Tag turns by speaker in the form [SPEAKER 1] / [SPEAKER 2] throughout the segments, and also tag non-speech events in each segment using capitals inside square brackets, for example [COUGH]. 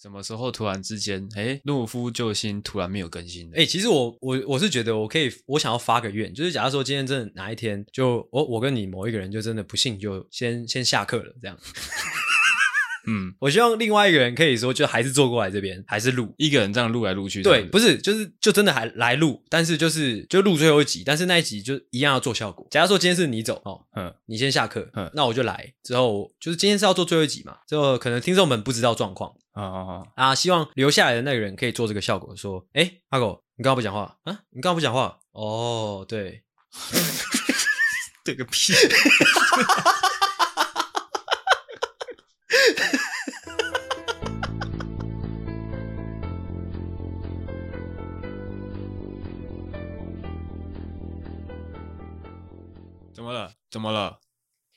[SPEAKER 1] 什么时候突然之间，哎，懦夫救星突然没有更新了？
[SPEAKER 2] 哎、其实我我我是觉得我可以，我想要发个愿，就是假如说今天真的哪一天，就我我跟你某一个人就真的不幸就先先下课了，这样。
[SPEAKER 1] 嗯，
[SPEAKER 2] 我希望另外一个人可以说，就还是坐过来这边，还是录。
[SPEAKER 1] 一个人这样录来录去，
[SPEAKER 2] 对，不是，就是就真的还来录，但是就是就录最后一集，但是那一集就一样要做效果。假如说今天是你走哦，
[SPEAKER 1] 嗯，
[SPEAKER 2] 你先下课，
[SPEAKER 1] 嗯
[SPEAKER 2] 那我就来。之后就是今天是要做最后一集嘛，之后可能听众们不知道状况
[SPEAKER 1] 啊啊 [LAUGHS] 啊，
[SPEAKER 2] 啊，希望留下来的那个人可以做这个效果，说，哎，阿狗，你刚刚不讲话啊？你刚刚不讲话？哦，对，
[SPEAKER 1] 对个屁！怎么了？怎么了？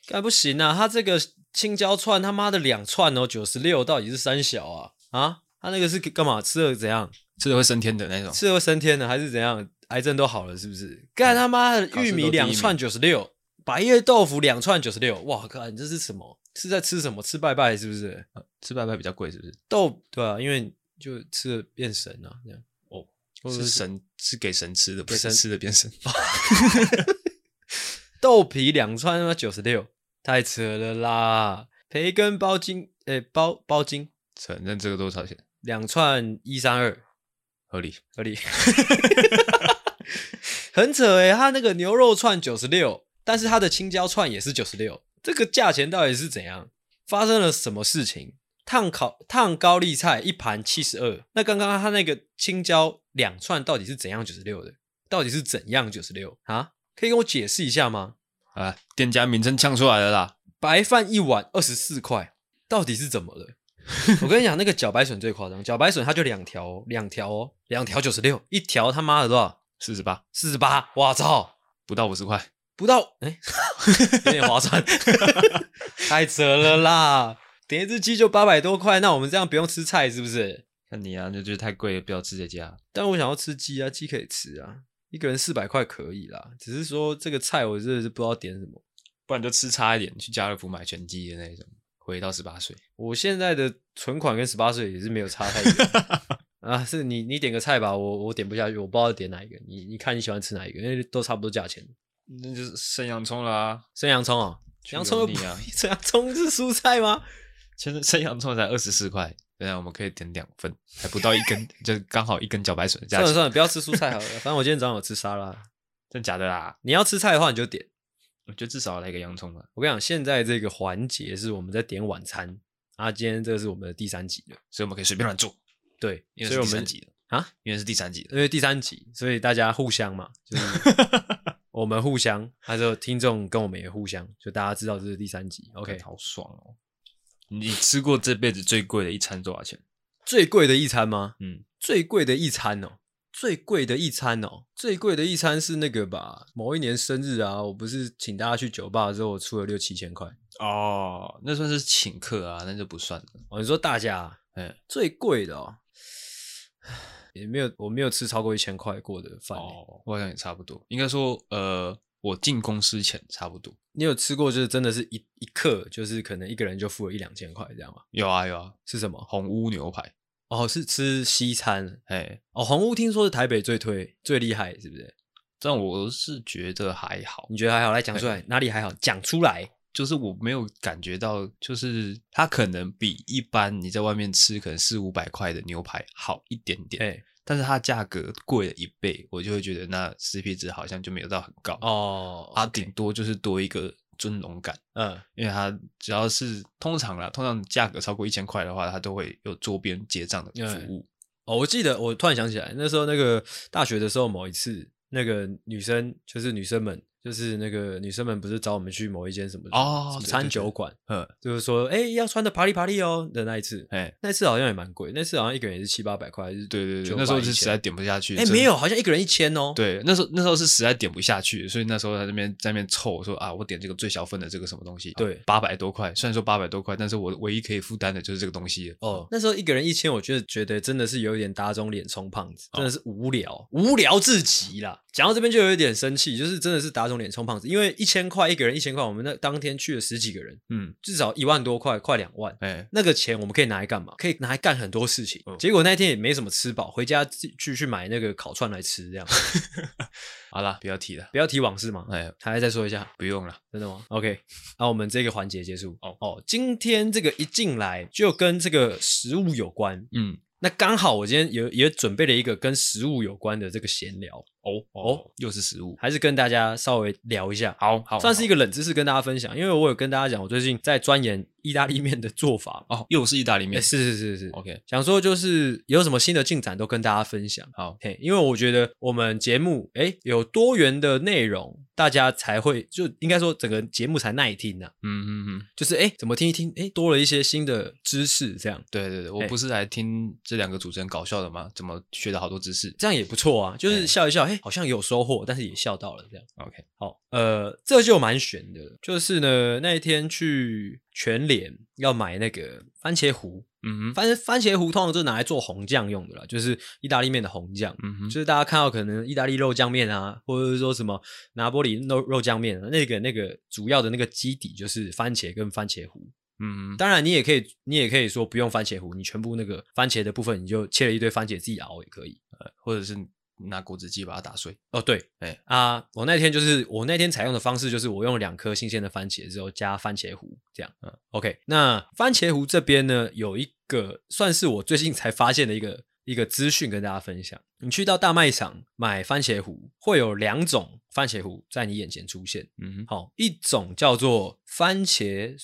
[SPEAKER 2] 该不行啊，他这个青椒串他妈的两串哦，九十六到底是三小啊啊？他那个是干嘛吃了怎样？
[SPEAKER 1] 吃的会升天的那种。
[SPEAKER 2] 吃了升天了还是怎样？癌症都好了是不是？干他妈的
[SPEAKER 1] 考
[SPEAKER 2] 玉
[SPEAKER 1] 试都
[SPEAKER 2] 米
[SPEAKER 1] 第一
[SPEAKER 2] 两
[SPEAKER 1] 名
[SPEAKER 2] 串九十六，白叶豆腐两串九十六，哇靠！你这是什么？是在吃什么？吃拜拜是不是？
[SPEAKER 1] 呃吃拜拜比较贵，是不是？
[SPEAKER 2] 豆对啊，因为就吃了变神啊，这样
[SPEAKER 1] 哦，
[SPEAKER 2] 或者
[SPEAKER 1] 是神是给神吃的，不
[SPEAKER 2] 给
[SPEAKER 1] 是
[SPEAKER 2] 神
[SPEAKER 1] 吃的变神。
[SPEAKER 2] 豆皮两串他妈九十六，太扯了啦！培根包金诶、包包金
[SPEAKER 1] [LAUGHS] 承认这个多少钱？
[SPEAKER 2] 两串一三二，
[SPEAKER 1] 合理。
[SPEAKER 2] 合理。 [LAUGHS] 很扯诶、欸，他那个牛肉串九十六，但是他的青椒串也是九十六，这个价钱到底是怎样？发生了什么事情？烫烤烫高丽菜一盘七十二，那刚刚他那个青椒两串到底是怎样九十六的？到底是怎样九十六啊？可以跟我解释一下吗？
[SPEAKER 1] 好啦，店家名称呛出来了啦。
[SPEAKER 2] 白饭一碗二十四块，到底是怎么了？我跟你讲，那个茭白笋最夸张，茭白笋它就两条哦，两条哦，两条九十六，一条他妈的多少？
[SPEAKER 1] 四十八，
[SPEAKER 2] 四十八，我操，
[SPEAKER 1] 不到五十块。
[SPEAKER 2] 不到哎， [LAUGHS] 有点划算，太扯了啦！点一只鸡就八百多块，那我们这样不用吃菜是不是？
[SPEAKER 1] 看你啊，那就是太贵了，不要吃这家。
[SPEAKER 2] 但我想要吃鸡啊，鸡可以吃啊，一个人四百块可以啦。只是说这个菜我真的是不知道点什么。
[SPEAKER 1] 不然就吃差一点，去家乐福买全鸡的那种。回到十八岁，
[SPEAKER 2] 我现在的存款跟十八岁也是没有差太远
[SPEAKER 1] [LAUGHS]
[SPEAKER 2] 啊。是你你点个菜吧，我我点不下去，我不知道点哪一个。你你看你喜欢吃哪一个，因为都差不多价钱。
[SPEAKER 1] 那就是生洋葱啦。
[SPEAKER 2] 生洋葱哦，洋葱又
[SPEAKER 1] 去
[SPEAKER 2] 不
[SPEAKER 1] 油腻啊，
[SPEAKER 2] 生洋葱是蔬菜吗？
[SPEAKER 1] [LAUGHS] 其实生洋葱才二十四块，对啊，我们可以点两份，还不到一 [LAUGHS] 根，就刚好一根茭白笋的价
[SPEAKER 2] 算了
[SPEAKER 1] 钱。
[SPEAKER 2] 算了，不
[SPEAKER 1] [LAUGHS]
[SPEAKER 2] 要吃蔬菜好了，反正我今天早上有吃沙拉。
[SPEAKER 1] 真假的啦？
[SPEAKER 2] 你要吃菜的话，你就点。
[SPEAKER 1] 我觉得至少来个洋葱吧。
[SPEAKER 2] 我跟你讲，现在这个环节是我们在点晚餐啊，今天这个是我们的第三集了，
[SPEAKER 1] 所以我们可以随便乱做，
[SPEAKER 2] 对，
[SPEAKER 1] 因为
[SPEAKER 2] 所以
[SPEAKER 1] 是
[SPEAKER 2] 我
[SPEAKER 1] 第三
[SPEAKER 2] 们
[SPEAKER 1] 集的
[SPEAKER 2] 啊，
[SPEAKER 1] 因为是第三集的。
[SPEAKER 2] 因为第三集，所以大家互相嘛，就是我们互相，还有听众跟我们也互相，就大家知道这是第三集。OK，
[SPEAKER 1] 看好爽哦！你吃过这辈子最贵的一餐多少钱？
[SPEAKER 2] 最贵的一餐吗？
[SPEAKER 1] 嗯，
[SPEAKER 2] 最贵的一餐哦。最贵的一餐哦，最贵的一餐是那个吧？某一年生日啊，我不是请大家去酒吧之后，我出了六七千块。
[SPEAKER 1] 哦，那算是请客啊，那就不算了。
[SPEAKER 2] 哦，你说大家、啊，
[SPEAKER 1] 嗯，
[SPEAKER 2] 最贵的哦，也没有，我没有吃超过一千块过的饭欸、
[SPEAKER 1] 哦，我好像也差不多。应该说，呃，我进公司前差不多。
[SPEAKER 2] 你有吃过就是真的是一一克，就是可能一个人就付了一两千块这样吗？
[SPEAKER 1] 有啊有啊，
[SPEAKER 2] 是什么？
[SPEAKER 1] 红屋牛排，
[SPEAKER 2] 哦，是吃西餐
[SPEAKER 1] 哎，
[SPEAKER 2] 哦。红屋听说是台北最推最厉害，是不是？
[SPEAKER 1] 但我是觉得还好，
[SPEAKER 2] 你觉得还好？来讲出来，哪里还好？讲出来。
[SPEAKER 1] 就是我没有感觉到，就是它可能比一般你在外面吃可能四五百块的牛排好一点点，
[SPEAKER 2] 哎、
[SPEAKER 1] 但是它价格贵了一倍，我就会觉得那 CP 值好像就没有到很高，
[SPEAKER 2] 哦，
[SPEAKER 1] 它顶多就是多一个尊荣感，
[SPEAKER 2] 嗯，
[SPEAKER 1] 因为它只要是通常啦，通常价格超过一千块的话，它都会有桌边结账的服务，
[SPEAKER 2] 哦，我记得，我突然想起来，那时候那个大学的时候，某一次，那个女生就是女生们，就是那个女生们不是找我们去某一间什么
[SPEAKER 1] 哦
[SPEAKER 2] 什么
[SPEAKER 1] 对
[SPEAKER 2] 餐
[SPEAKER 1] 对对
[SPEAKER 2] 酒馆，
[SPEAKER 1] 嗯，
[SPEAKER 2] 就是说，哎、要穿的啪里啪里哦的那一次，
[SPEAKER 1] 哎，
[SPEAKER 2] 那次好像也蛮贵，那次好像一个人也是七八百块，还是
[SPEAKER 1] 对对
[SPEAKER 2] 900
[SPEAKER 1] 对，那时候是
[SPEAKER 2] 1000
[SPEAKER 1] 实在点不下去，
[SPEAKER 2] 哎、
[SPEAKER 1] 真的
[SPEAKER 2] 没有，好像一个人一千哦，，
[SPEAKER 1] 对，那时候那时候是实在点不下去，所以那时候在那边在那边凑说啊，我点这个最小份的这个什么东西，
[SPEAKER 2] 对
[SPEAKER 1] 八百多块，虽然说八百多块，但是我唯一可以负担的就是这个东西了
[SPEAKER 2] 哦，，那时候一个人一千，我觉得觉得真的是有一点打肿脸充胖子，
[SPEAKER 1] 哦
[SPEAKER 2] 真的是无聊，无聊至极啦，讲到这边就有一点生气，就是真的是打肿脸充胖子，因为一千块一个人一千块，我们那当天去了十几个人，
[SPEAKER 1] 嗯，
[SPEAKER 2] 至少一万多块，快两万。
[SPEAKER 1] 哎，
[SPEAKER 2] 那个钱我们可以拿来干嘛？可以拿来干很多事情。
[SPEAKER 1] 嗯
[SPEAKER 2] 结果那天也没什么吃饱，回家自己去去买那个烤串来
[SPEAKER 1] [LAUGHS]
[SPEAKER 2] 吃，这样
[SPEAKER 1] 好啦，不要提了，
[SPEAKER 2] 不要提往事嘛。
[SPEAKER 1] 哎，
[SPEAKER 2] 还要再说一下，
[SPEAKER 1] 不用了，
[SPEAKER 2] 真的吗？OK，那、我们这个环节结束。
[SPEAKER 1] 哦
[SPEAKER 2] 哦，今天这个一进来就跟这个食物有关，
[SPEAKER 1] 嗯，
[SPEAKER 2] 那刚好我今天也也准备了一个跟食物有关的这个闲聊，
[SPEAKER 1] 哦
[SPEAKER 2] 哦，
[SPEAKER 1] 又是食物，
[SPEAKER 2] 还是跟大家稍微聊一下，
[SPEAKER 1] 好好，
[SPEAKER 2] 算是一
[SPEAKER 1] 个
[SPEAKER 2] 个冷知识跟大家分享。因为我有跟大家讲，我最近在钻研意大利面的做法。
[SPEAKER 1] 哦，又是意大利
[SPEAKER 2] 哎，
[SPEAKER 1] 面
[SPEAKER 2] 是是是是，
[SPEAKER 1] ，OK，
[SPEAKER 2] 想说就是有什么新的进展都跟大家分享。
[SPEAKER 1] 好，
[SPEAKER 2] 嘿，因为我觉得我们节目哎有多元的内容，大家才会就应该说整个节目才耐听呐、
[SPEAKER 1] 嗯嗯嗯，
[SPEAKER 2] 就是哎怎么听一听哎多了一些新的知识，这样
[SPEAKER 1] 对对对，我
[SPEAKER 2] 哎
[SPEAKER 1] 不是来听这两个主持人搞笑的吗？怎么学了好多知识
[SPEAKER 2] 这样也不错啊。就是
[SPEAKER 1] 哎
[SPEAKER 2] 笑一笑，哎好像有收获，但是也笑到了这样。
[SPEAKER 1] ？OK，
[SPEAKER 2] 好，呃，这就蛮悬的，就是呢，那一天去全联要买那个番茄糊，
[SPEAKER 1] 嗯哼，
[SPEAKER 2] 番番茄糊通常就拿来做红酱用的啦，就是意大利面的红酱。
[SPEAKER 1] 嗯哼
[SPEAKER 2] 就，是大家看到可能意大利肉酱面啊，或者是说什么拿玻里肉肉酱面啊，那个那个主要的那个基底就是番茄跟番茄糊。
[SPEAKER 1] 嗯哼，
[SPEAKER 2] 当然，你也可以你也可以说不用番茄糊，你全部那个番茄的部分你就切了一堆番茄自己熬也可以。
[SPEAKER 1] 或者是拿果汁机把它打碎，
[SPEAKER 2] 哦，对，
[SPEAKER 1] 哎
[SPEAKER 2] 啊，我那天就是我那天采用的方式就是我用两颗新鲜的番茄之后加番茄糊这样。
[SPEAKER 1] 嗯
[SPEAKER 2] 嗯，OK，那番茄糊这边呢有一个算是我最近才发现的一个一个资讯跟大家分享。你去到大卖场买番茄糊，会有两种番茄糊在你眼前出现。
[SPEAKER 1] 嗯哼，
[SPEAKER 2] 好，一种叫做番茄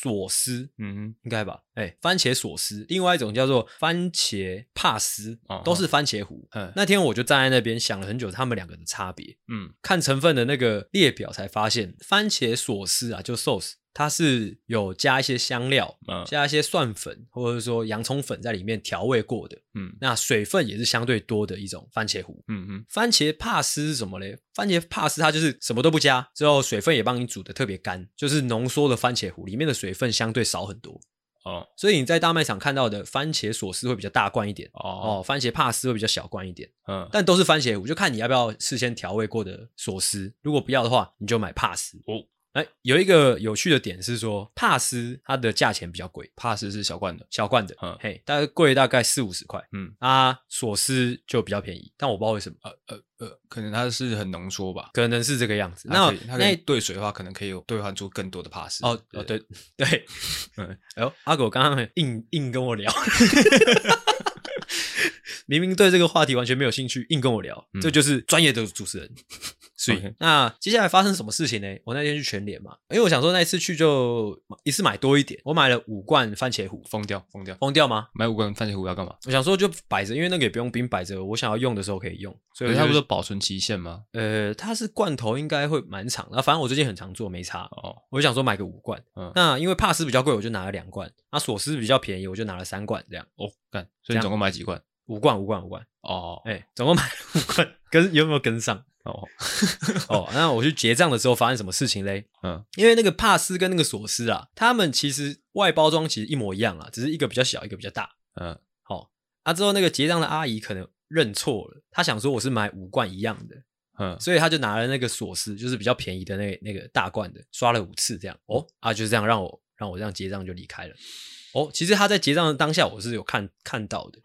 [SPEAKER 2] 索斯，
[SPEAKER 1] 嗯哼，
[SPEAKER 2] 应该吧？哎、番茄索斯，另外一种叫做番茄帕斯
[SPEAKER 1] 哦，
[SPEAKER 2] 都是番茄糊。
[SPEAKER 1] 嗯
[SPEAKER 2] 那天我就站在那边想了很久，他们两个的差别。
[SPEAKER 1] 嗯
[SPEAKER 2] 看成分的那个列表才发现，番茄索斯啊，就 sauce，它是有加一些香料，
[SPEAKER 1] 嗯
[SPEAKER 2] 加一些蒜粉或者说洋葱粉在里面调味过的。
[SPEAKER 1] 嗯
[SPEAKER 2] 那水分也是相对多的一种番茄糊。
[SPEAKER 1] 嗯哼，
[SPEAKER 2] 番茄帕斯是什么嘞？番茄帕斯它就是什么都不加，之后水分也帮你煮的特别干，就是浓缩的番茄糊，里面的水分相对少很多。
[SPEAKER 1] 哦
[SPEAKER 2] 所以你在大卖场看到的番茄索斯会比较大罐一点，
[SPEAKER 1] 哦，
[SPEAKER 2] 哦，番茄帕斯会比较小罐一点，
[SPEAKER 1] 嗯，
[SPEAKER 2] 但都是番茄糊，就看你要不要事先调味过的索斯。如果不要的话，你就买帕斯。
[SPEAKER 1] 哦，
[SPEAKER 2] 哎，有一个有趣的点是说，帕斯它的价钱比较贵，
[SPEAKER 1] 帕斯是小罐的，
[SPEAKER 2] 小罐的，
[SPEAKER 1] 嗯
[SPEAKER 2] 嘿，大概贵大概四五十块，
[SPEAKER 1] 嗯
[SPEAKER 2] 啊，索斯就比较便宜，但我不知道为什么，
[SPEAKER 1] 呃呃呃，可能它是很浓缩吧。
[SPEAKER 2] 可能是这个样子。
[SPEAKER 1] 它
[SPEAKER 2] 那
[SPEAKER 1] 可以它可
[SPEAKER 2] 那
[SPEAKER 1] 以兑水的话，可能可以有兑换出更多的帕斯。
[SPEAKER 2] 哦哦对对，
[SPEAKER 1] 嗯
[SPEAKER 2] 哎呦，阿狗刚刚很硬硬跟我聊， [LAUGHS] 明明对这个话题完全没有兴趣，硬跟我聊，
[SPEAKER 1] 嗯
[SPEAKER 2] 这就是专业的主持人。所以
[SPEAKER 1] OK
[SPEAKER 2] 那接下来发生什么事情呢？我那天去全联嘛，因为我想说那一次去就一次买多一点，我买了五罐番茄糊，
[SPEAKER 1] 疯掉疯掉，
[SPEAKER 2] 封掉吗？
[SPEAKER 1] 买五罐番茄糊要干嘛？
[SPEAKER 2] 我想说就摆着，因为那个也不用冰摆着，我想要用的时候可以用。所
[SPEAKER 1] 可
[SPEAKER 2] 以
[SPEAKER 1] 是它
[SPEAKER 2] 我就
[SPEAKER 1] 不是有保存期限吗？
[SPEAKER 2] 呃，它是罐头应该会蛮长，那反正我最近很常做，没差。
[SPEAKER 1] 哦，
[SPEAKER 2] 我就想说买个五罐，
[SPEAKER 1] 嗯
[SPEAKER 2] 那因为帕斯比较贵，我就拿了两罐；那索斯比较便宜，我就拿了三罐，这样
[SPEAKER 1] 哦，干，所以你总共买几罐？
[SPEAKER 2] 五罐五罐五罐， [LAUGHS]
[SPEAKER 1] 哦
[SPEAKER 2] 哎、总共买了五罐，跟有没有跟上？
[SPEAKER 1] 哦，
[SPEAKER 2] 哦，那我去结账的时候发生什么事情嘞？
[SPEAKER 1] 嗯
[SPEAKER 2] 因为那个帕斯跟那个索斯啊，他们其实外包装其实一模一样啊，只是一个比较小，一个比较大。
[SPEAKER 1] 嗯
[SPEAKER 2] 好、哦，啊之后那个结账的阿姨可能认错了，她想说我是买五罐一样的，
[SPEAKER 1] 嗯，
[SPEAKER 2] 所以他就拿了那个索斯，就是比较便宜的那那个大罐的，刷了五次这样。哦啊，就这样让我让我这样结账就离开了。哦，其实他在结账的当下，我是有看看到的，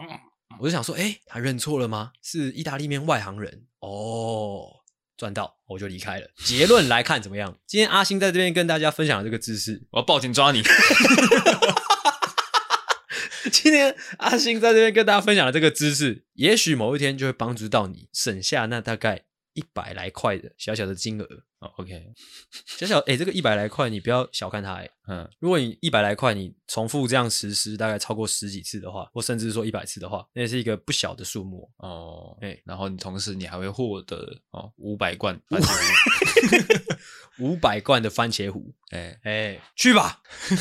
[SPEAKER 2] 我就想说，哎、他认错了吗？是意大利面外行人哦，赚到，我就离开了。结论来看怎么样？今天阿星在这边跟大家分享的这个知识， [LAUGHS]
[SPEAKER 1] 我要报警抓你。
[SPEAKER 2] 今天阿星在这边跟大家分享的这个知识，也许某一天就会帮助到你，省下那大概一百来块的小小的金额。
[SPEAKER 1] 哦 OK，
[SPEAKER 2] 小小哎、欸这个一百来块你不要小看它哎、欸
[SPEAKER 1] 嗯
[SPEAKER 2] 如果你一百来块你重复这样实施大概超过十几次的话，或甚至说一百次的话，那也是一个不小的数目。
[SPEAKER 1] 哦，
[SPEAKER 2] 哎
[SPEAKER 1] 然后你同时你还会获得哦五百罐番茄糊。
[SPEAKER 2] 五百罐的番茄糊，
[SPEAKER 1] 哎，
[SPEAKER 2] 哎、去吧，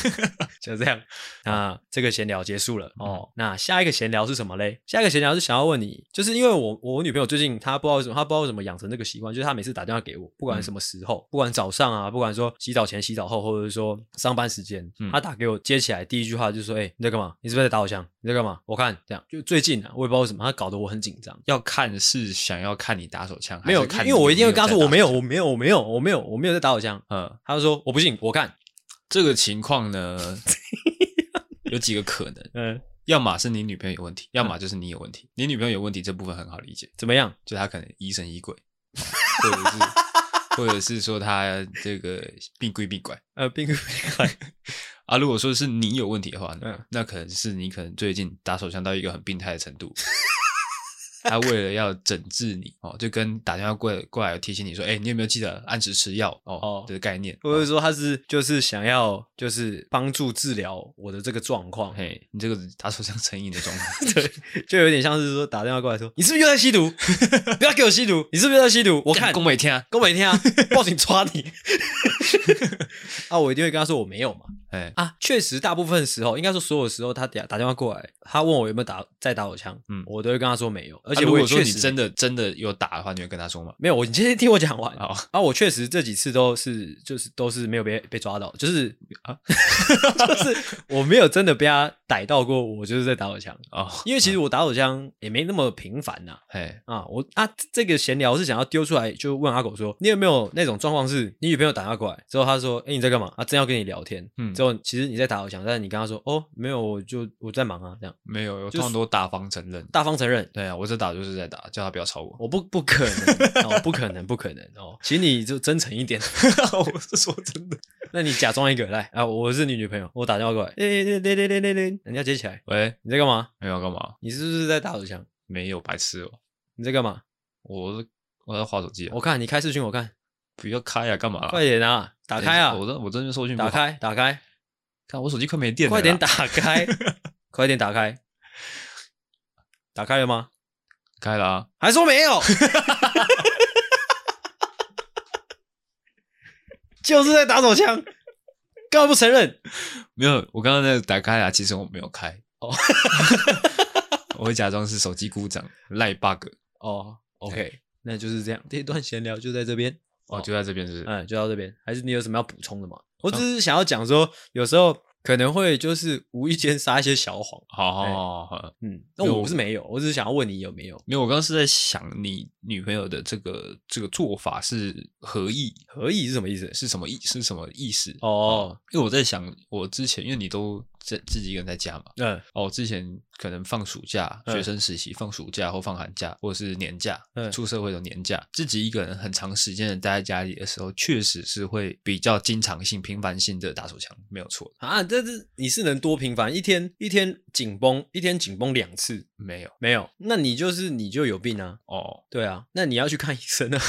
[SPEAKER 2] [LAUGHS] 就这样。那这个闲聊结束了
[SPEAKER 1] 嗯
[SPEAKER 2] 哦。那下一个闲聊是什么嘞？下一个闲聊是想要
[SPEAKER 1] 嗯
[SPEAKER 2] 问你，就是因为我我女朋友最近她不知道为什么，她不知道为什么养成这个习惯，就是她每次打电话给我，不管什么时候，不管早上啊，不管说洗澡前、洗澡后，或者是说上班时间，
[SPEAKER 1] 嗯
[SPEAKER 2] 他打给我接起来，第一句话就说：“哎、你在干嘛？你是不是在打我枪？你在干嘛？我看这样。”就最近啊，我也不知道为什么，他搞得我很紧张。
[SPEAKER 1] 要看是想要看你打手枪，
[SPEAKER 2] 没有，
[SPEAKER 1] 还是看
[SPEAKER 2] 因为我一定会跟他说我没有，
[SPEAKER 1] 在打手
[SPEAKER 2] 我没有，我没有，我没有，我没有在打火枪。
[SPEAKER 1] 枪。嗯，
[SPEAKER 2] 他就说我不信，我看。
[SPEAKER 1] 这个情况
[SPEAKER 2] [LAUGHS]
[SPEAKER 1] 呢，有几个可能，
[SPEAKER 2] 嗯，
[SPEAKER 1] 要么是你女朋友有问题，要么就是你有问题。你女朋友有问题这部分很好理解，
[SPEAKER 2] 怎么样？
[SPEAKER 1] 就她可能疑神疑
[SPEAKER 2] [LAUGHS]
[SPEAKER 1] 鬼，或者是或者是说她这个病归病怪。
[SPEAKER 2] 呃，并不
[SPEAKER 1] [LAUGHS] 啊，如果说是你有问题的话呢，
[SPEAKER 2] 嗯
[SPEAKER 1] 那可能是你可能最近打手枪到一个很病态的程度，他为了要整治你哦，就跟打电话过来过来提醒你说，哎、你有没有记得按时吃药哦
[SPEAKER 2] 哦
[SPEAKER 1] 的概念？
[SPEAKER 2] [LAUGHS] 或者
[SPEAKER 1] 哦
[SPEAKER 2] 说他是就是想要就是帮助治疗我的这个状况，
[SPEAKER 1] 哦嘿，你这个打手枪成瘾的状况，
[SPEAKER 2] 就有点像是说打电话过来说你是不是又在吸毒？ [LAUGHS] 不要给我吸毒！你是不是又在吸 [LAUGHS] 毒？我
[SPEAKER 1] 我
[SPEAKER 2] 看
[SPEAKER 1] 公每天啊，
[SPEAKER 2] 跟我一
[SPEAKER 1] [LAUGHS]
[SPEAKER 2] 天啊，报警抓你！ [LAUGHS] 啊，我一定会跟他说我没有嘛。
[SPEAKER 1] 哎，
[SPEAKER 2] 啊，确实大部分时候，应该说所有时候，他打打电话过来，他问我有没有打在打手枪，
[SPEAKER 1] 嗯
[SPEAKER 2] 我都会跟他说没有。而
[SPEAKER 1] 而啊
[SPEAKER 2] 且
[SPEAKER 1] 如
[SPEAKER 2] 我也
[SPEAKER 1] 果说
[SPEAKER 2] 确
[SPEAKER 1] 你
[SPEAKER 2] 实
[SPEAKER 1] 真的真的有打的话，你会跟他说吗？
[SPEAKER 2] 没有，我你先听我讲完。
[SPEAKER 1] 好，
[SPEAKER 2] 啊，我确实这几次都是就是都是没有被被抓到，就是
[SPEAKER 1] 啊
[SPEAKER 2] 啊， [LAUGHS] 就是我没有真的被他逮到过，我就是在打手枪。
[SPEAKER 1] 哦，
[SPEAKER 2] 因为其实我打手枪也没那么频繁呐、
[SPEAKER 1] 嘿，
[SPEAKER 2] 啊，我啊，这个闲聊是想要丢出来，就问阿狗说，你有没有那种状况是，你女朋友打电话过来之后，她说，哎、你在干嘛？啊，正要跟你聊天，
[SPEAKER 1] 嗯
[SPEAKER 2] 之后其实你在打手枪，但是你跟她说，哦，没有，我就我在忙啊，这样
[SPEAKER 1] 没有，我
[SPEAKER 2] 就
[SPEAKER 1] 通常都大方承认。
[SPEAKER 2] 大方承认，
[SPEAKER 1] 对啊，我这打就是在打，叫他不要吵
[SPEAKER 2] [LAUGHS]
[SPEAKER 1] 我。
[SPEAKER 2] 我不不可能哦，不可能，不可能哦，请你就真诚一点，
[SPEAKER 1] 我是说真的。
[SPEAKER 2] 那你假装一个来啊，我是你女朋友，我打电话过来，哎哎哎哎哎哎，人家接起来，
[SPEAKER 1] 喂，
[SPEAKER 2] 你在干嘛？
[SPEAKER 1] 没有干嘛？
[SPEAKER 2] 你是不是在打手枪？
[SPEAKER 1] 没有，白痴哦、
[SPEAKER 2] 你在干嘛？
[SPEAKER 1] 我我在划手机、啊，
[SPEAKER 2] 我看你开视讯，我看，
[SPEAKER 1] 不要开啊，干嘛、
[SPEAKER 2] 快点啊，打开啊
[SPEAKER 1] 等一下，我这我这边收讯不好
[SPEAKER 2] 打，开，打开。
[SPEAKER 1] 看我手机快没电了，啊
[SPEAKER 2] 快点，
[SPEAKER 1] [LAUGHS]
[SPEAKER 2] 打开，快点打开，打开了吗？
[SPEAKER 1] 开了啊！
[SPEAKER 2] 还说没有， [LAUGHS] 就是在打手枪，干嘛不承认？
[SPEAKER 1] 没有，我刚刚那个打开啊，其实我没有开
[SPEAKER 2] 哦，
[SPEAKER 1] [LAUGHS] 我会假装是手机故障赖 bug，
[SPEAKER 2] 哦，OK，那就是这样，这一段闲聊就在这边，
[SPEAKER 1] 哦，
[SPEAKER 2] 哦
[SPEAKER 1] 就在这边是不是，
[SPEAKER 2] 嗯，就到这边。还是你有什么要补充的吗？我只是想要讲说，有时候可能会就是无意间撒一些小谎，
[SPEAKER 1] 好好好好好，
[SPEAKER 2] 嗯，那
[SPEAKER 1] 有
[SPEAKER 2] 我不是没有，我只是想要问你有没有
[SPEAKER 1] 没有，我刚刚是在想你女朋友的这个这个做法是何意，
[SPEAKER 2] 合意是什么意思？
[SPEAKER 1] 是什么意是什么意思？
[SPEAKER 2] 哦，
[SPEAKER 1] 因为我在想，我之前因为你都自自己一个人在家嘛，
[SPEAKER 2] 嗯
[SPEAKER 1] 哦，我之前可能放暑假、
[SPEAKER 2] 嗯
[SPEAKER 1] 学生实习、放暑假或放寒假，或者是年假，
[SPEAKER 2] 嗯
[SPEAKER 1] 出社会的年假，自己一个人很长时间的待在家里的时候，确实是会比较经常性、频繁性的打手枪，没有错，
[SPEAKER 2] 啊，这是你是能多频繁？一天一天紧绷，一天紧绷两次，
[SPEAKER 1] 没有
[SPEAKER 2] 没有？那你就是你就有病啊！
[SPEAKER 1] 哦。
[SPEAKER 2] 对啊，那你要去看医生啊！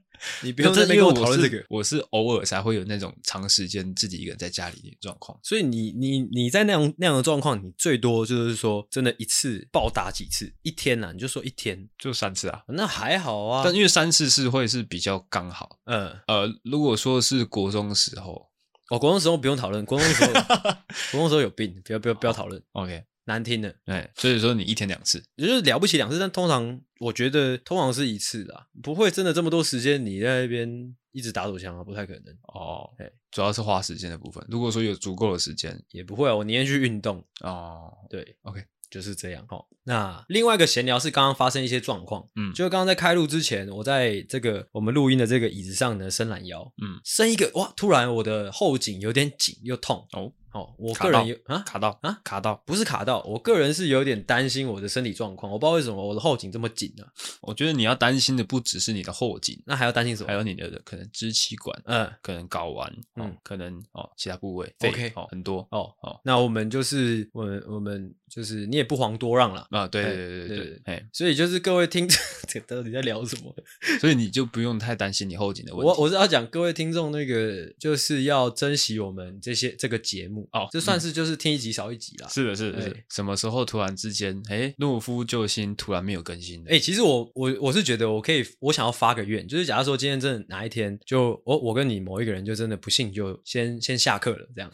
[SPEAKER 2] [LAUGHS] 你
[SPEAKER 1] 不
[SPEAKER 2] 不用在那边跟我讨论这个。
[SPEAKER 1] 我是偶尔才会有那种长时间自己一个人在家里的状况。
[SPEAKER 2] 所以你你你在那样那样的状况，你最多就是说真的一次暴打几次，一天啊呐、你就说一天，
[SPEAKER 1] 就三次啊，
[SPEAKER 2] 那还好啊。
[SPEAKER 1] 但因为三次是会是比较刚好。
[SPEAKER 2] 嗯，
[SPEAKER 1] 呃，如果说是国中的时候
[SPEAKER 2] [LAUGHS] 我国中时候不用讨论，国中时候国中时候有病，不要不要不要讨论，
[SPEAKER 1] ，OK，
[SPEAKER 2] 难听的。
[SPEAKER 1] 对，所以说你一天两次，
[SPEAKER 2] 也就是了不起两次，但通常我觉得通常是一次啦，不会真的这么多时间你在那边一直打手枪啊，不太可能，
[SPEAKER 1] 哦
[SPEAKER 2] 对，
[SPEAKER 1] 主要是花时间的部分。如果说有足够的时间，
[SPEAKER 2] 也不会啊，我宁愿去运动。
[SPEAKER 1] 哦，
[SPEAKER 2] 对
[SPEAKER 1] OK
[SPEAKER 2] 就是这样哦。那另外一个闲聊是刚刚发生一些状况，
[SPEAKER 1] 嗯
[SPEAKER 2] 就是刚刚在开录之前，我在这个我们录音的这个椅子上呢伸懒腰，
[SPEAKER 1] 嗯，
[SPEAKER 2] 伸一个哇，突然我的后颈有点紧又痛
[SPEAKER 1] 哦，
[SPEAKER 2] 哦，我
[SPEAKER 1] 卡
[SPEAKER 2] 个人
[SPEAKER 1] 到
[SPEAKER 2] 有啊。
[SPEAKER 1] 卡到
[SPEAKER 2] 啊
[SPEAKER 1] 卡到，
[SPEAKER 2] 不是卡到，我个人是有点担心我的身体状况，我不知道为什么我的后颈这么紧啊，
[SPEAKER 1] 我觉得你要担心的不只是你的后颈，
[SPEAKER 2] 那还要担心什
[SPEAKER 1] 还
[SPEAKER 2] 么？
[SPEAKER 1] 有你的可能支气管，
[SPEAKER 2] 嗯，
[SPEAKER 1] 可能睾丸，哦
[SPEAKER 2] 嗯
[SPEAKER 1] 可能哦其他部位肺
[SPEAKER 2] OK
[SPEAKER 1] 哦很多
[SPEAKER 2] 哦
[SPEAKER 1] 哦
[SPEAKER 2] 那我们就是我们我们就是你也不遑多让啦，
[SPEAKER 1] 啊，对
[SPEAKER 2] 哎
[SPEAKER 1] 对对
[SPEAKER 2] 对
[SPEAKER 1] 对对，
[SPEAKER 2] 所以就是各位听， [LAUGHS] 这到底在聊什么？
[SPEAKER 1] 哎，所以你就不用太担心你后颈的问
[SPEAKER 2] 我
[SPEAKER 1] 题。
[SPEAKER 2] 我是要讲各位听众那个，就是要珍惜我们这些这个节目
[SPEAKER 1] 哦
[SPEAKER 2] 这算是就是听一集少一集啦。
[SPEAKER 1] 是的，是的，
[SPEAKER 2] 哎
[SPEAKER 1] 是的。什么时候突然之间，哎，懦夫救星突然没有更新
[SPEAKER 2] 哎、
[SPEAKER 1] 了？
[SPEAKER 2] 其实我我我是觉得我可以，我想要发个愿，就是假如说今天真的哪一天，就我我跟你某一个人就真的不幸就先先下课了，这样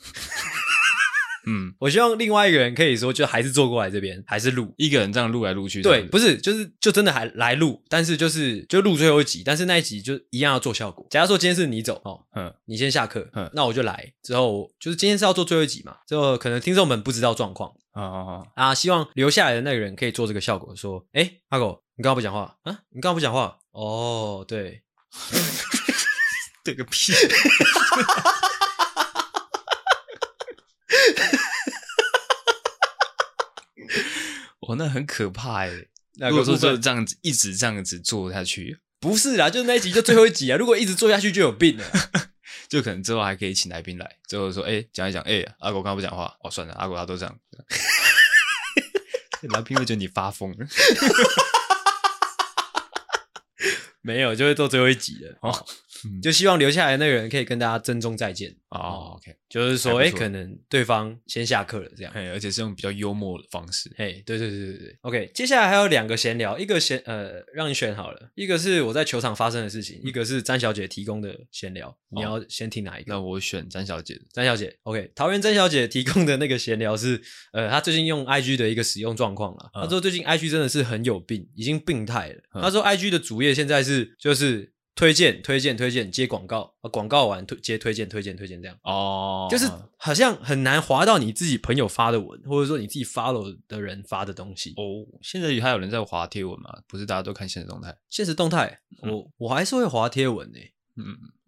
[SPEAKER 1] 嗯，
[SPEAKER 2] 我希望另外一个人可以说，就还是坐过来这边，还是录。
[SPEAKER 1] 一个人这样录来录去这样
[SPEAKER 2] 对，
[SPEAKER 1] 子，
[SPEAKER 2] 不是，就是就真的还来录，但是就是就录最后一集，但是那一集就一样要做效果。假如说今天是你走哦，
[SPEAKER 1] 嗯，
[SPEAKER 2] 你先下课，
[SPEAKER 1] 嗯
[SPEAKER 2] 那我就来。之后就是今天是要做最后一集嘛，之后可能听众们不知道状况
[SPEAKER 1] 哦哦
[SPEAKER 2] 啊，希望留下来的那个人可以做这个效果，说，哎，阿狗，你刚刚不讲话啊？你刚刚不讲话？哦，对，
[SPEAKER 1] 对个 [LAUGHS] 屁！我那很可怕哎、
[SPEAKER 2] 那
[SPEAKER 1] 如果
[SPEAKER 2] 个
[SPEAKER 1] 说
[SPEAKER 2] 部分
[SPEAKER 1] 就这样子一直这样子做下去，
[SPEAKER 2] 不是啦，就是那一集就最后一集啊，如果一直做下去就有病
[SPEAKER 1] [LAUGHS]
[SPEAKER 2] 了。
[SPEAKER 1] 就可能之后还可以请来宾来，最后说哎讲、一讲哎、阿狗刚刚不讲话，哦算了，阿狗他都这样， [LAUGHS] 来宾会觉得你发疯了。
[SPEAKER 2] 没有，就会做最后一集了。
[SPEAKER 1] 哦，嗯
[SPEAKER 2] 就希望留下来的那个人可以跟大家珍重再见，
[SPEAKER 1] 哦，OK，
[SPEAKER 2] 就是说，
[SPEAKER 1] 还
[SPEAKER 2] 哎、
[SPEAKER 1] 不错
[SPEAKER 2] 可能对方先下课了这样。
[SPEAKER 1] 嘿，而且是用比较幽默的方式，
[SPEAKER 2] 嘿，对对对对对，OK。接下来还有两个闲聊，一个闲呃，让你选好了，一个是我在球场发生的事情，一个是詹小姐提供的闲聊，你要先听哪一个？
[SPEAKER 1] 哦那我选詹小姐的，
[SPEAKER 2] 詹小姐，OK，桃园詹小姐提供的那个闲聊是，呃，她最近用 IG 的一个使用状况了。
[SPEAKER 1] 嗯
[SPEAKER 2] 她说最近 IG 真的是很有病，已经病态了。
[SPEAKER 1] 嗯
[SPEAKER 2] 她说 IG 的主页现在是就是推荐、推荐、推荐接广告，啊广告完推接推荐、推荐、推荐这样，
[SPEAKER 1] 哦
[SPEAKER 2] 就是好像很难滑到你自己朋友发的文，或者说你自己 follow 的人发的东西。
[SPEAKER 1] 哦，现在还有人在滑贴文嘛？不是大家都看现实动态？
[SPEAKER 2] 现实动态，
[SPEAKER 1] 嗯
[SPEAKER 2] 我我还是会滑贴文诶、
[SPEAKER 1] 嗯，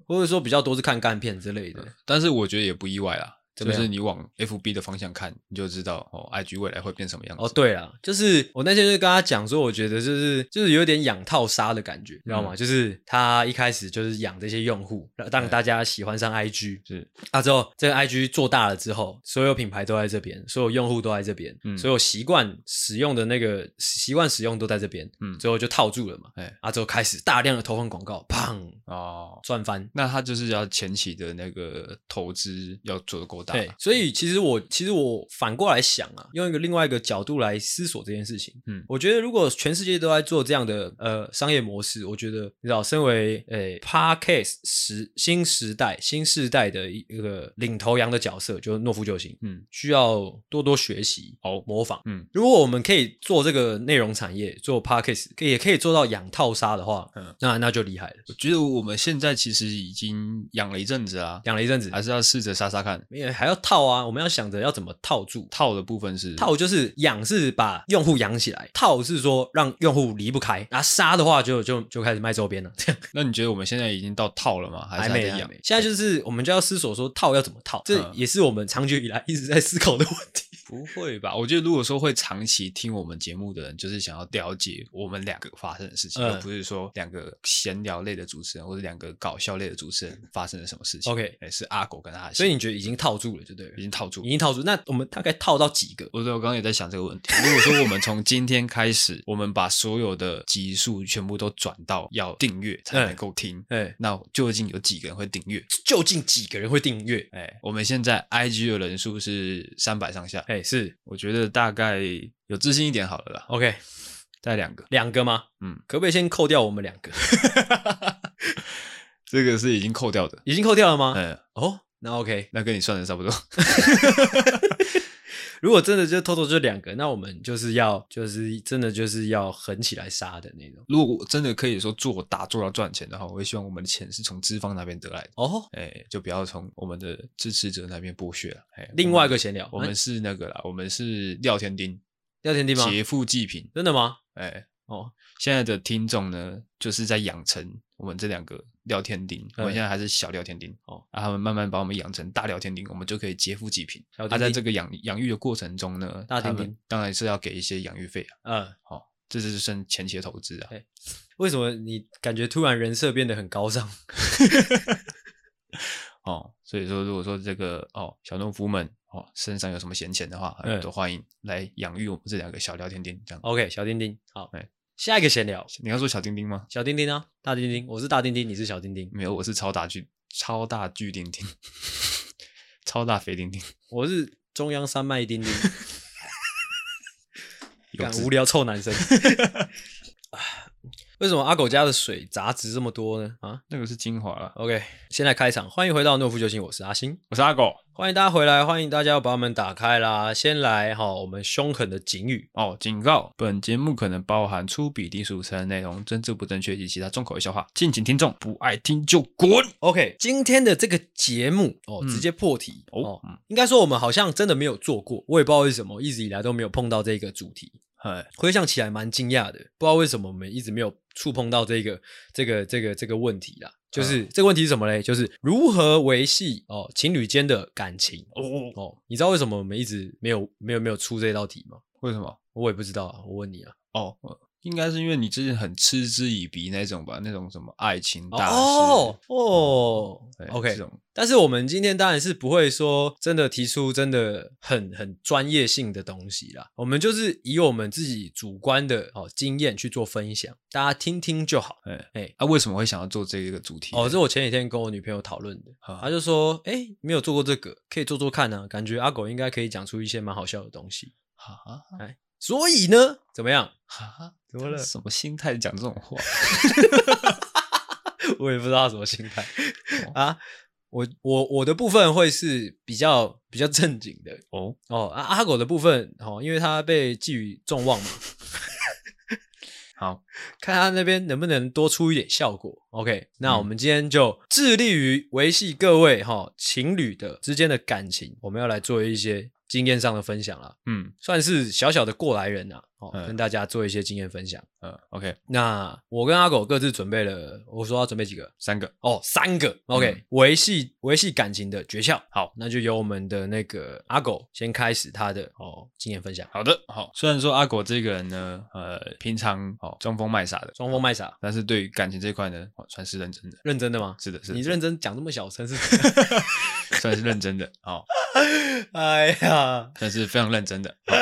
[SPEAKER 2] 或者说比较多是看干片之类的。
[SPEAKER 1] 但是我觉得也不意外啦，
[SPEAKER 2] 怎
[SPEAKER 1] 就
[SPEAKER 2] 么样
[SPEAKER 1] 是你往 FB 的方向看，你就知道哦，IG 未来会变什么样子。
[SPEAKER 2] 哦，对啦，就是我那天就是跟他讲说，我觉得就是就是有点养套杀的感觉，你知道吗？
[SPEAKER 1] 嗯
[SPEAKER 2] 就是他一开始就是养这些用户，让让
[SPEAKER 1] 对
[SPEAKER 2] 大家喜欢上 IG，
[SPEAKER 1] 是，
[SPEAKER 2] 啊，之后这个 IG 做大了之后，所有品牌都在这边，所有用户都在这边，
[SPEAKER 1] 嗯
[SPEAKER 2] 所有习惯使用的那个习惯使用都在这边，
[SPEAKER 1] 嗯
[SPEAKER 2] 最后就套住了嘛，
[SPEAKER 1] 哎，
[SPEAKER 2] 啊，之后开始大量的投放广告，砰，
[SPEAKER 1] 哦，
[SPEAKER 2] 赚翻，
[SPEAKER 1] 那他就是要前期的那个投资要做得够大嗯
[SPEAKER 2] 对，所以其实我其实我反过来想啊，用一个另外一个角度来思索这件事情。
[SPEAKER 1] 嗯
[SPEAKER 2] 我觉得如果全世界都在做这样的呃商业模式，我觉得你知道，身为诶 Parkes 时新时代新时代的一个领头羊的角色，就是诺夫救星，
[SPEAKER 1] 嗯，
[SPEAKER 2] 需要多多学习
[SPEAKER 1] 哦
[SPEAKER 2] 模仿。
[SPEAKER 1] 嗯，
[SPEAKER 2] 如果我们可以做这个内容产业，做 Parkes 也可以做到养套杀的话，
[SPEAKER 1] 嗯
[SPEAKER 2] 那那就厉害了。
[SPEAKER 1] 我觉得我们现在其实已经养了一阵子啦，
[SPEAKER 2] 养了一阵子，
[SPEAKER 1] 还是要试着杀杀看。
[SPEAKER 2] 没有还要套啊，我们要想着要怎么套住。
[SPEAKER 1] 套的部分是
[SPEAKER 2] 套就是养是把用户养起来，套是说让用户离不开，然后杀的话就就就开始卖周边了，这样
[SPEAKER 1] 那你觉得我们现在已经到套了吗？还是
[SPEAKER 2] 没
[SPEAKER 1] 在
[SPEAKER 2] 还
[SPEAKER 1] 养？
[SPEAKER 2] 没。现在就是我们就要思索说套要怎么套，这
[SPEAKER 1] 嗯
[SPEAKER 2] 也是我们长久以来一直在思考的问题。
[SPEAKER 1] [LAUGHS] 不会吧？我觉得如果说会长期听我们节目的人，就是想要了解我们两个发生的事情，
[SPEAKER 2] 嗯
[SPEAKER 1] 而不是说两个闲聊类的主持人或者两个搞笑类的主持人发生了什么事情。
[SPEAKER 2] OK
[SPEAKER 1] 哎是阿狗跟阿信，
[SPEAKER 2] 所以你觉得已经套住了，就对了
[SPEAKER 1] 已，经套住
[SPEAKER 2] 已。经套住。那我们大概套到几个？
[SPEAKER 1] 我对我刚刚也在想这个问题。如果说我们从今天开始，我们把所有的集数全部都转到要订阅才能够听，
[SPEAKER 2] 哎，
[SPEAKER 1] 那究竟有几个人会订阅？
[SPEAKER 2] 究竟几个人会订阅？
[SPEAKER 1] 哎，我们现在 IG 的人数是三百上下，
[SPEAKER 2] 哎，是
[SPEAKER 1] 我觉得大概有自信一点好了啦，
[SPEAKER 2] OK，
[SPEAKER 1] 带两个。
[SPEAKER 2] 两个吗？
[SPEAKER 1] 嗯，
[SPEAKER 2] 可不可以先扣掉我们两个？ [LAUGHS]
[SPEAKER 1] 这个是已经扣掉的。
[SPEAKER 2] 已经扣掉了吗？
[SPEAKER 1] 嗯，
[SPEAKER 2] 哦，那 OK。
[SPEAKER 1] 那跟你算的差不多。 [LAUGHS]
[SPEAKER 2] 如果真的就偷偷就两个，那我们就是要就是真的就是要狠起来杀的那种。
[SPEAKER 1] 如果我真的可以说做大做到赚钱的话，我会希望我们的钱是从资方那边得来的，
[SPEAKER 2] 哦，
[SPEAKER 1] 哎，就不要从我们的支持者那边剥削了。哎，
[SPEAKER 2] 另外一
[SPEAKER 1] 个
[SPEAKER 2] 个闲聊，
[SPEAKER 1] 我们
[SPEAKER 2] 哎
[SPEAKER 1] 是那个啦，我们是廖天丁，
[SPEAKER 2] 聊天地方
[SPEAKER 1] 劫富济贫。
[SPEAKER 2] 真的吗？
[SPEAKER 1] 哎，
[SPEAKER 2] 哦，
[SPEAKER 1] 现在的听众呢，就是在养成我们这两个廖天丁，我
[SPEAKER 2] 嗯
[SPEAKER 1] 们现在还是小廖天丁
[SPEAKER 2] 哦，
[SPEAKER 1] 啊，他们慢慢把我们养成大廖天丁，我们就可以劫富济贫。
[SPEAKER 2] 小
[SPEAKER 1] 他
[SPEAKER 2] 天
[SPEAKER 1] 在
[SPEAKER 2] 地
[SPEAKER 1] 这个养养育的过程中呢，
[SPEAKER 2] 大
[SPEAKER 1] 他
[SPEAKER 2] 天
[SPEAKER 1] 们
[SPEAKER 2] 丁
[SPEAKER 1] 当然是要给一些养育费啊。
[SPEAKER 2] 嗯，
[SPEAKER 1] 哦，这就是算前期的投资啊
[SPEAKER 2] 对。为什么你感觉突然人设变得很高尚？
[SPEAKER 1] 哦，所以说如果说这个哦小农夫们哦身上有什么闲钱的话，呃
[SPEAKER 2] 嗯
[SPEAKER 1] 都欢迎来养育我们这两个小聊天丁这样。
[SPEAKER 2] OK，小丁丁，好
[SPEAKER 1] 哎，
[SPEAKER 2] 下一个闲聊，
[SPEAKER 1] 你要说小丁丁吗？
[SPEAKER 2] 小丁丁啊，大丁丁，我是大丁丁，你是小丁丁，
[SPEAKER 1] 没有，我是超大巨超大巨丁丁， [LAUGHS] 超大肥丁丁，
[SPEAKER 2] 我是中央山
[SPEAKER 1] [LAUGHS]
[SPEAKER 2] 脉丁丁，
[SPEAKER 1] 有
[SPEAKER 2] 干
[SPEAKER 1] 志 [LAUGHS]
[SPEAKER 2] 无聊臭男生。 [LAUGHS] 为什么阿狗家的水杂质这么多呢？啊
[SPEAKER 1] 那个是精华了。
[SPEAKER 2] ，OK，先来开场，欢迎回到诺夫救星，我是阿星，
[SPEAKER 1] 我是阿狗
[SPEAKER 2] 欢迎大家回来，欢迎大家把我们打开啦。先来哈，我们凶狠的警语，
[SPEAKER 1] 哦，警告：本节目可能包含粗鄙、低俗、成人内容、政治不正确以及其他重口味笑话，敬请听众不爱听就滚。
[SPEAKER 2] OK，今天的这个节目哦，
[SPEAKER 1] 嗯
[SPEAKER 2] 直接破题、
[SPEAKER 1] 哦
[SPEAKER 2] 哦，，应该说我们好像真的没有做过，我也不知道为什么，一直以来都没有碰到这个主题。
[SPEAKER 1] 哎，
[SPEAKER 2] 回想起来蛮惊讶的，不知道为什么我们一直没有触碰到这个这个这个这个问题啦。就是、
[SPEAKER 1] 嗯
[SPEAKER 2] 这个问题是什么嘞？就是如何维系哦情侣间的感情
[SPEAKER 1] 哦，
[SPEAKER 2] 哦。你知道为什么我们一直没有没有没有出这道题吗？
[SPEAKER 1] 为什么？
[SPEAKER 2] 我也不知道啊，我问你啊。
[SPEAKER 1] 哦，应该是因为你之前很嗤之以鼻那种吧，那种什么爱情大师
[SPEAKER 2] 哦哦
[SPEAKER 1] 对
[SPEAKER 2] ，OK
[SPEAKER 1] 这。种
[SPEAKER 2] 但是我们今天当然是不会说真的提出真的很很专业性的东西啦，我们就是以我们自己主观的哦经验去做分享，大家听听就好。
[SPEAKER 1] 哎
[SPEAKER 2] 哎、
[SPEAKER 1] 啊，为什么会想要做这个主题呢？
[SPEAKER 2] 哦，这我前几天跟我女朋友讨论的，
[SPEAKER 1] 啊
[SPEAKER 2] 她就说：“哎、没有做过这个，可以做做看啊，感觉阿狗应该可以讲出一些蛮好笑的东西。
[SPEAKER 1] 哈”
[SPEAKER 2] 所以呢，怎么样？
[SPEAKER 1] 哈，
[SPEAKER 2] 怎么了
[SPEAKER 1] 什么心态讲这种 [LAUGHS] 话？
[SPEAKER 2] 我也不知道她什么心态
[SPEAKER 1] 哦
[SPEAKER 2] 啊。我我我的部分会是比较比较正经的
[SPEAKER 1] 哦，
[SPEAKER 2] 哦，啊、阿狗的部分哦，因为他被寄予众望嘛，
[SPEAKER 1] [LAUGHS] 好，
[SPEAKER 2] [LAUGHS] 看他那边能不能多出一点效果。OK，那
[SPEAKER 1] 嗯
[SPEAKER 2] 我们今天就致力于维系各位哈、情侣的之间的感情，我们要来做一些经验上的分享啦，
[SPEAKER 1] 嗯
[SPEAKER 2] 算是小小的过来人啊，哦，
[SPEAKER 1] 嗯
[SPEAKER 2] 跟大家做一些经验分享。
[SPEAKER 1] 嗯，OK，
[SPEAKER 2] 那我跟阿狗各自准备了，我说要准备几个
[SPEAKER 1] 三个，
[SPEAKER 2] 哦，三个。OK，
[SPEAKER 1] 嗯
[SPEAKER 2] 维系维系感情的诀窍。
[SPEAKER 1] 好，
[SPEAKER 2] 那就由我们的那个阿狗先开始他的哦经验分享。
[SPEAKER 1] 好的，好。虽然说阿果这个人呢，呃，平常哦装疯卖傻的，
[SPEAKER 2] 装疯卖傻，
[SPEAKER 1] 但是对于感情这一块呢，哦算是认真的，
[SPEAKER 2] 认真的吗？
[SPEAKER 1] 是的，是的，
[SPEAKER 2] 你
[SPEAKER 1] 是的
[SPEAKER 2] 认真讲这么小声是怎样？
[SPEAKER 1] [LAUGHS]
[SPEAKER 2] [LAUGHS]
[SPEAKER 1] 算是认真的，哦，
[SPEAKER 2] 哎呀，
[SPEAKER 1] 算是非常认真的。哦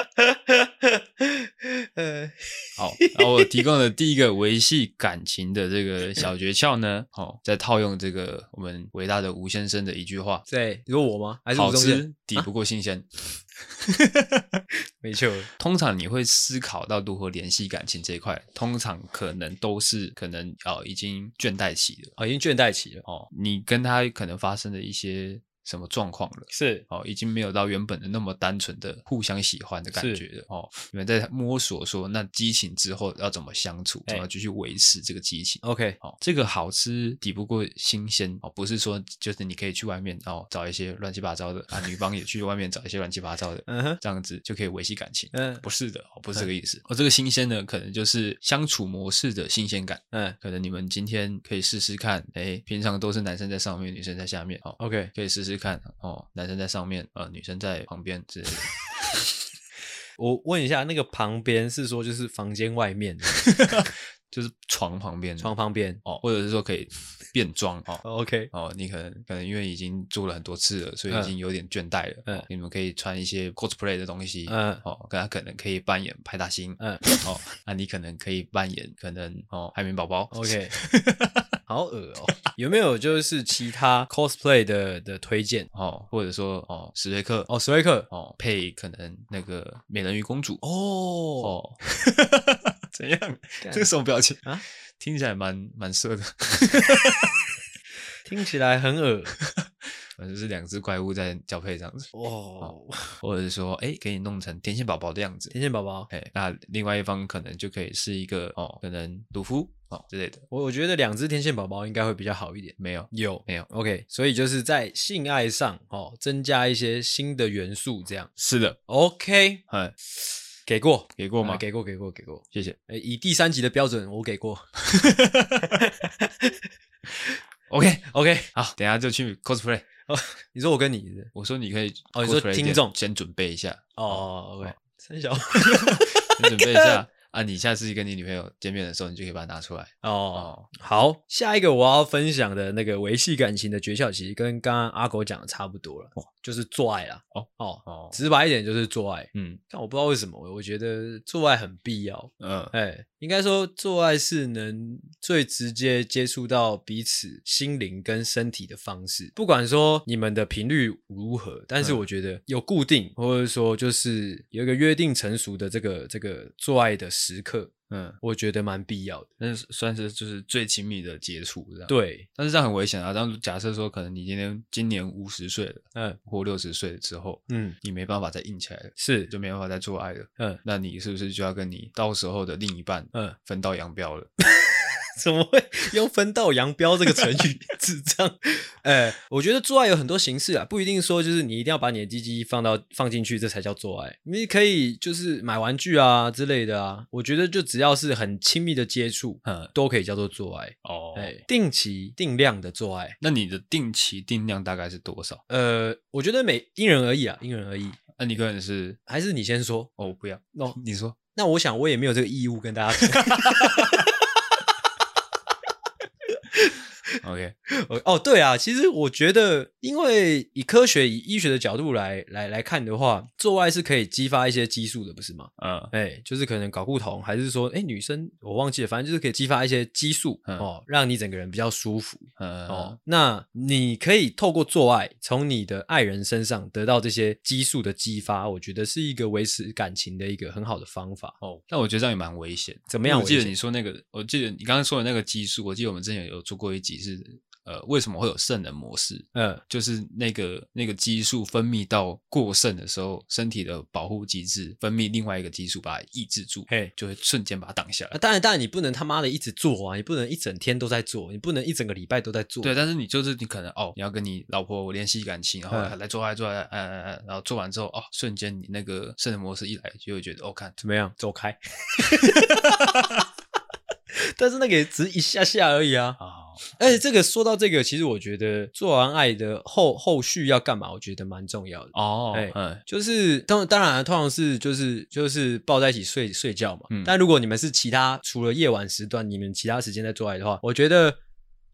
[SPEAKER 2] 呃，
[SPEAKER 1] 好，然后我提供的第一个维系感情的这个小诀窍呢，哦，再套用这个我们伟大的吴先生的一句话：
[SPEAKER 2] 对，你说我吗？还是吴
[SPEAKER 1] 好
[SPEAKER 2] 宗宪？
[SPEAKER 1] 吃抵不过新鲜。
[SPEAKER 2] 没错，
[SPEAKER 1] 通常你会思考到如何联系感情这一块，通常可能都是可能哦已经倦怠期了
[SPEAKER 2] 哦，已经倦怠期了，
[SPEAKER 1] 哦，你跟他可能发生了一些什么状况了。
[SPEAKER 2] 是
[SPEAKER 1] 哦，已经没有到原本的那么单纯的互相喜欢的感
[SPEAKER 2] 是
[SPEAKER 1] 觉了哦。你们在摸索说，那激情之后要怎么相处，
[SPEAKER 2] 哎
[SPEAKER 1] 怎么继续维持这个激情？
[SPEAKER 2] OK，
[SPEAKER 1] 哦，这个好吃抵不过新鲜哦，不是说就是你可以去外面哦找一些乱七八糟的啊，女方也去外面找一些乱七八糟的，
[SPEAKER 2] 嗯哼，
[SPEAKER 1] 这样子就可以维系感情。
[SPEAKER 2] 嗯
[SPEAKER 1] 不是的，哦、不是这个意思。哦，这个新鲜呢，可能就是相处模式的新鲜感。
[SPEAKER 2] 嗯
[SPEAKER 1] 可能你们今天可以试试看，哎，平常都是男生在上面，女生在下面，哦，
[SPEAKER 2] ，OK，
[SPEAKER 1] 可以试试看哦，男生在上面，呃，女生在旁边之类的。
[SPEAKER 2] 我问一下，那个旁边是说就是房间外
[SPEAKER 1] [LAUGHS]
[SPEAKER 2] 面，
[SPEAKER 1] 就是床旁边，
[SPEAKER 2] 床旁边
[SPEAKER 1] 哦，或者是说可以变装哦，
[SPEAKER 2] ，OK，
[SPEAKER 1] 哦，你可能可能因为已经做了很多次了，所以已
[SPEAKER 2] 嗯
[SPEAKER 1] 经有点倦怠了。
[SPEAKER 2] 嗯
[SPEAKER 1] 哦你们可以穿一些 cosplay 的东西，
[SPEAKER 2] 嗯
[SPEAKER 1] 哦，可他可能可以扮演派大星，
[SPEAKER 2] 嗯
[SPEAKER 1] [LAUGHS] 哦，那你可能可以扮演可能哦海绵宝宝。
[SPEAKER 2] ，OK，好恶哦，有没有就是其他 cosplay 的的推荐？
[SPEAKER 1] 哦，或者说哦史瑞克，
[SPEAKER 2] 哦，史瑞克，
[SPEAKER 1] 哦配可能那个美人鱼公主，
[SPEAKER 2] 哦，
[SPEAKER 1] 哦， [LAUGHS] 怎样？
[SPEAKER 2] 干
[SPEAKER 1] 这个什么表情
[SPEAKER 2] 啊？
[SPEAKER 1] 听起来蛮蛮色的， [LAUGHS]
[SPEAKER 2] 听起来很 [LAUGHS] 恶
[SPEAKER 1] 反正就是两只怪物在交配这样子，
[SPEAKER 2] 哦，
[SPEAKER 1] 或者是说，哎，给你弄成天线宝宝的样子，
[SPEAKER 2] 天线宝宝，
[SPEAKER 1] 哎，那另外一方可能就可以是一个哦，可能鲁夫哦之类的，
[SPEAKER 2] 我我觉得两只天线宝宝应该会比较好一点。
[SPEAKER 1] 没有
[SPEAKER 2] 有
[SPEAKER 1] 没有？
[SPEAKER 2] OK，所以就是在性爱上哦，增加一些新的元素，这样
[SPEAKER 1] 是的，
[SPEAKER 2] OK，
[SPEAKER 1] 哎，
[SPEAKER 2] 给过，
[SPEAKER 1] 给过
[SPEAKER 2] 啊
[SPEAKER 1] 吗？
[SPEAKER 2] 给过，给过，给过。
[SPEAKER 1] 谢谢。
[SPEAKER 2] 诶以第三集的标准，我给过。
[SPEAKER 1] OK，
[SPEAKER 2] OK，
[SPEAKER 1] 好，等一下就去 cosplay。
[SPEAKER 2] [LAUGHS] 你说我跟你是不是
[SPEAKER 1] 我说你可以 cosplay 一点，
[SPEAKER 2] 哦你说听众
[SPEAKER 1] 先准备一下，
[SPEAKER 2] 哦，OK，三 [LAUGHS] 小
[SPEAKER 1] 先准备一下啊，你下次跟你女朋友见面的时候，你就可以把它拿出来
[SPEAKER 2] 哦。
[SPEAKER 1] 哦。
[SPEAKER 2] 好，下一个我要分享的那个维系感情的诀窍，其实跟刚刚阿狗讲的差不多了，就是做爱啦。
[SPEAKER 1] 哦
[SPEAKER 2] 哦，
[SPEAKER 1] 哦，
[SPEAKER 2] 直白一点就是做爱。
[SPEAKER 1] 嗯
[SPEAKER 2] 但我不知道为什么，我觉得做爱很必要。
[SPEAKER 1] 嗯
[SPEAKER 2] 哎、应该说做爱是能最直接接触到彼此心灵跟身体的方式，不管说你们的频率如何，但是
[SPEAKER 1] 嗯
[SPEAKER 2] 我觉得有固定，或者说就是有一个约定成熟的这个这个做爱的时刻，
[SPEAKER 1] 嗯，
[SPEAKER 2] 我觉得蛮必要的。
[SPEAKER 1] 那是嗯算是就是最亲密的接触，这样。，
[SPEAKER 2] 对，
[SPEAKER 1] 但是这样很危险啊！当如假设说，可能你今天今年五十岁了，
[SPEAKER 2] 嗯
[SPEAKER 1] 或六十岁之后，
[SPEAKER 2] 嗯，
[SPEAKER 1] 你没办法再硬起来了，
[SPEAKER 2] 是，
[SPEAKER 1] 就没办法再做爱了。
[SPEAKER 2] 嗯
[SPEAKER 1] 那你是不是就要跟你到时候的另一半
[SPEAKER 2] 嗯，
[SPEAKER 1] 分道扬镳了？
[SPEAKER 2] [LAUGHS] 怎么会用“分道扬镳”这个成语？ [LAUGHS] 智障！哎、我觉得做爱有很多形式啊，不一定说就是你一定要把你的鸡鸡放到放进去，这才叫做爱。你可以就是买玩具啊之类的啊。我觉得就只要是很亲密的接触，
[SPEAKER 1] 嗯，
[SPEAKER 2] 都可以叫做做爱。
[SPEAKER 1] 哦
[SPEAKER 2] 哎、定期定量的做爱。
[SPEAKER 1] 那你的定期定量大概是多少？
[SPEAKER 2] 呃，我觉得每因人而异啊，因人而异。
[SPEAKER 1] 那你个人是？
[SPEAKER 2] 还是你先说
[SPEAKER 1] 哦，我不要，
[SPEAKER 2] 哦。
[SPEAKER 1] [LAUGHS] 你
[SPEAKER 2] [LAUGHS]
[SPEAKER 1] 说
[SPEAKER 2] 那我想我也没有这个义务跟大家讲。
[SPEAKER 1] ，OK，
[SPEAKER 2] 呃哦，对啊，其实我觉得，因为以科学、以医学的角度来来来看的话，做爱是可以激发一些激素的，不是吗？
[SPEAKER 1] 嗯
[SPEAKER 2] 哎，就是可能睾固酮，还是说，哎，女生我忘记了，反正就是可以激发一些激素、
[SPEAKER 1] 嗯
[SPEAKER 2] 哦，让你整个人比较舒服
[SPEAKER 1] 嗯，
[SPEAKER 2] 哦
[SPEAKER 1] 哦，。
[SPEAKER 2] 那你可以透过做爱，从你的爱人身上得到这些激素的激发，我觉得是一个维持感情的一个很好的方法。
[SPEAKER 1] 哦，但我觉得这样也蛮危险。
[SPEAKER 2] 怎么样
[SPEAKER 1] 我记
[SPEAKER 2] 危
[SPEAKER 1] 得
[SPEAKER 2] 险
[SPEAKER 1] 你说那个，我记得你刚刚说的那个激素，我记得我们之前有做过一集是，呃，为什么会有圣人模式？
[SPEAKER 2] 嗯，
[SPEAKER 1] 就是那个那个激素分泌到过剩的时候，身体的保护机制分泌另外一个激素把它抑制住，
[SPEAKER 2] 嘿
[SPEAKER 1] 就会瞬间把它挡下
[SPEAKER 2] 啊，
[SPEAKER 1] 来。
[SPEAKER 2] 当然，当然，你不能他妈的一直做啊，你不能一整天都在做，你不能一整个礼拜都在做。啊
[SPEAKER 1] 对，但是你就是你可能哦，你要跟你老婆联系感情，然后
[SPEAKER 2] 嗯
[SPEAKER 1] 来做爱做爱，嗯嗯嗯，然后做完之后哦，瞬间你那个圣人模式一来，就会觉得哦，看
[SPEAKER 2] 怎么样？走开。 [LAUGHS] 但是那个也只一下下而已啊。
[SPEAKER 1] 啊，
[SPEAKER 2] 而且这个说到这个，其实我觉得做完爱的后后续要干嘛，我觉得蛮重要的。
[SPEAKER 1] 哦，
[SPEAKER 2] 哎
[SPEAKER 1] 嗯
[SPEAKER 2] 就是当当然啊，通常是就是就是抱在一起睡睡觉嘛。
[SPEAKER 1] 嗯
[SPEAKER 2] 但如果你们是其他除了夜晚时段，你们其他时间在做爱的话，我觉得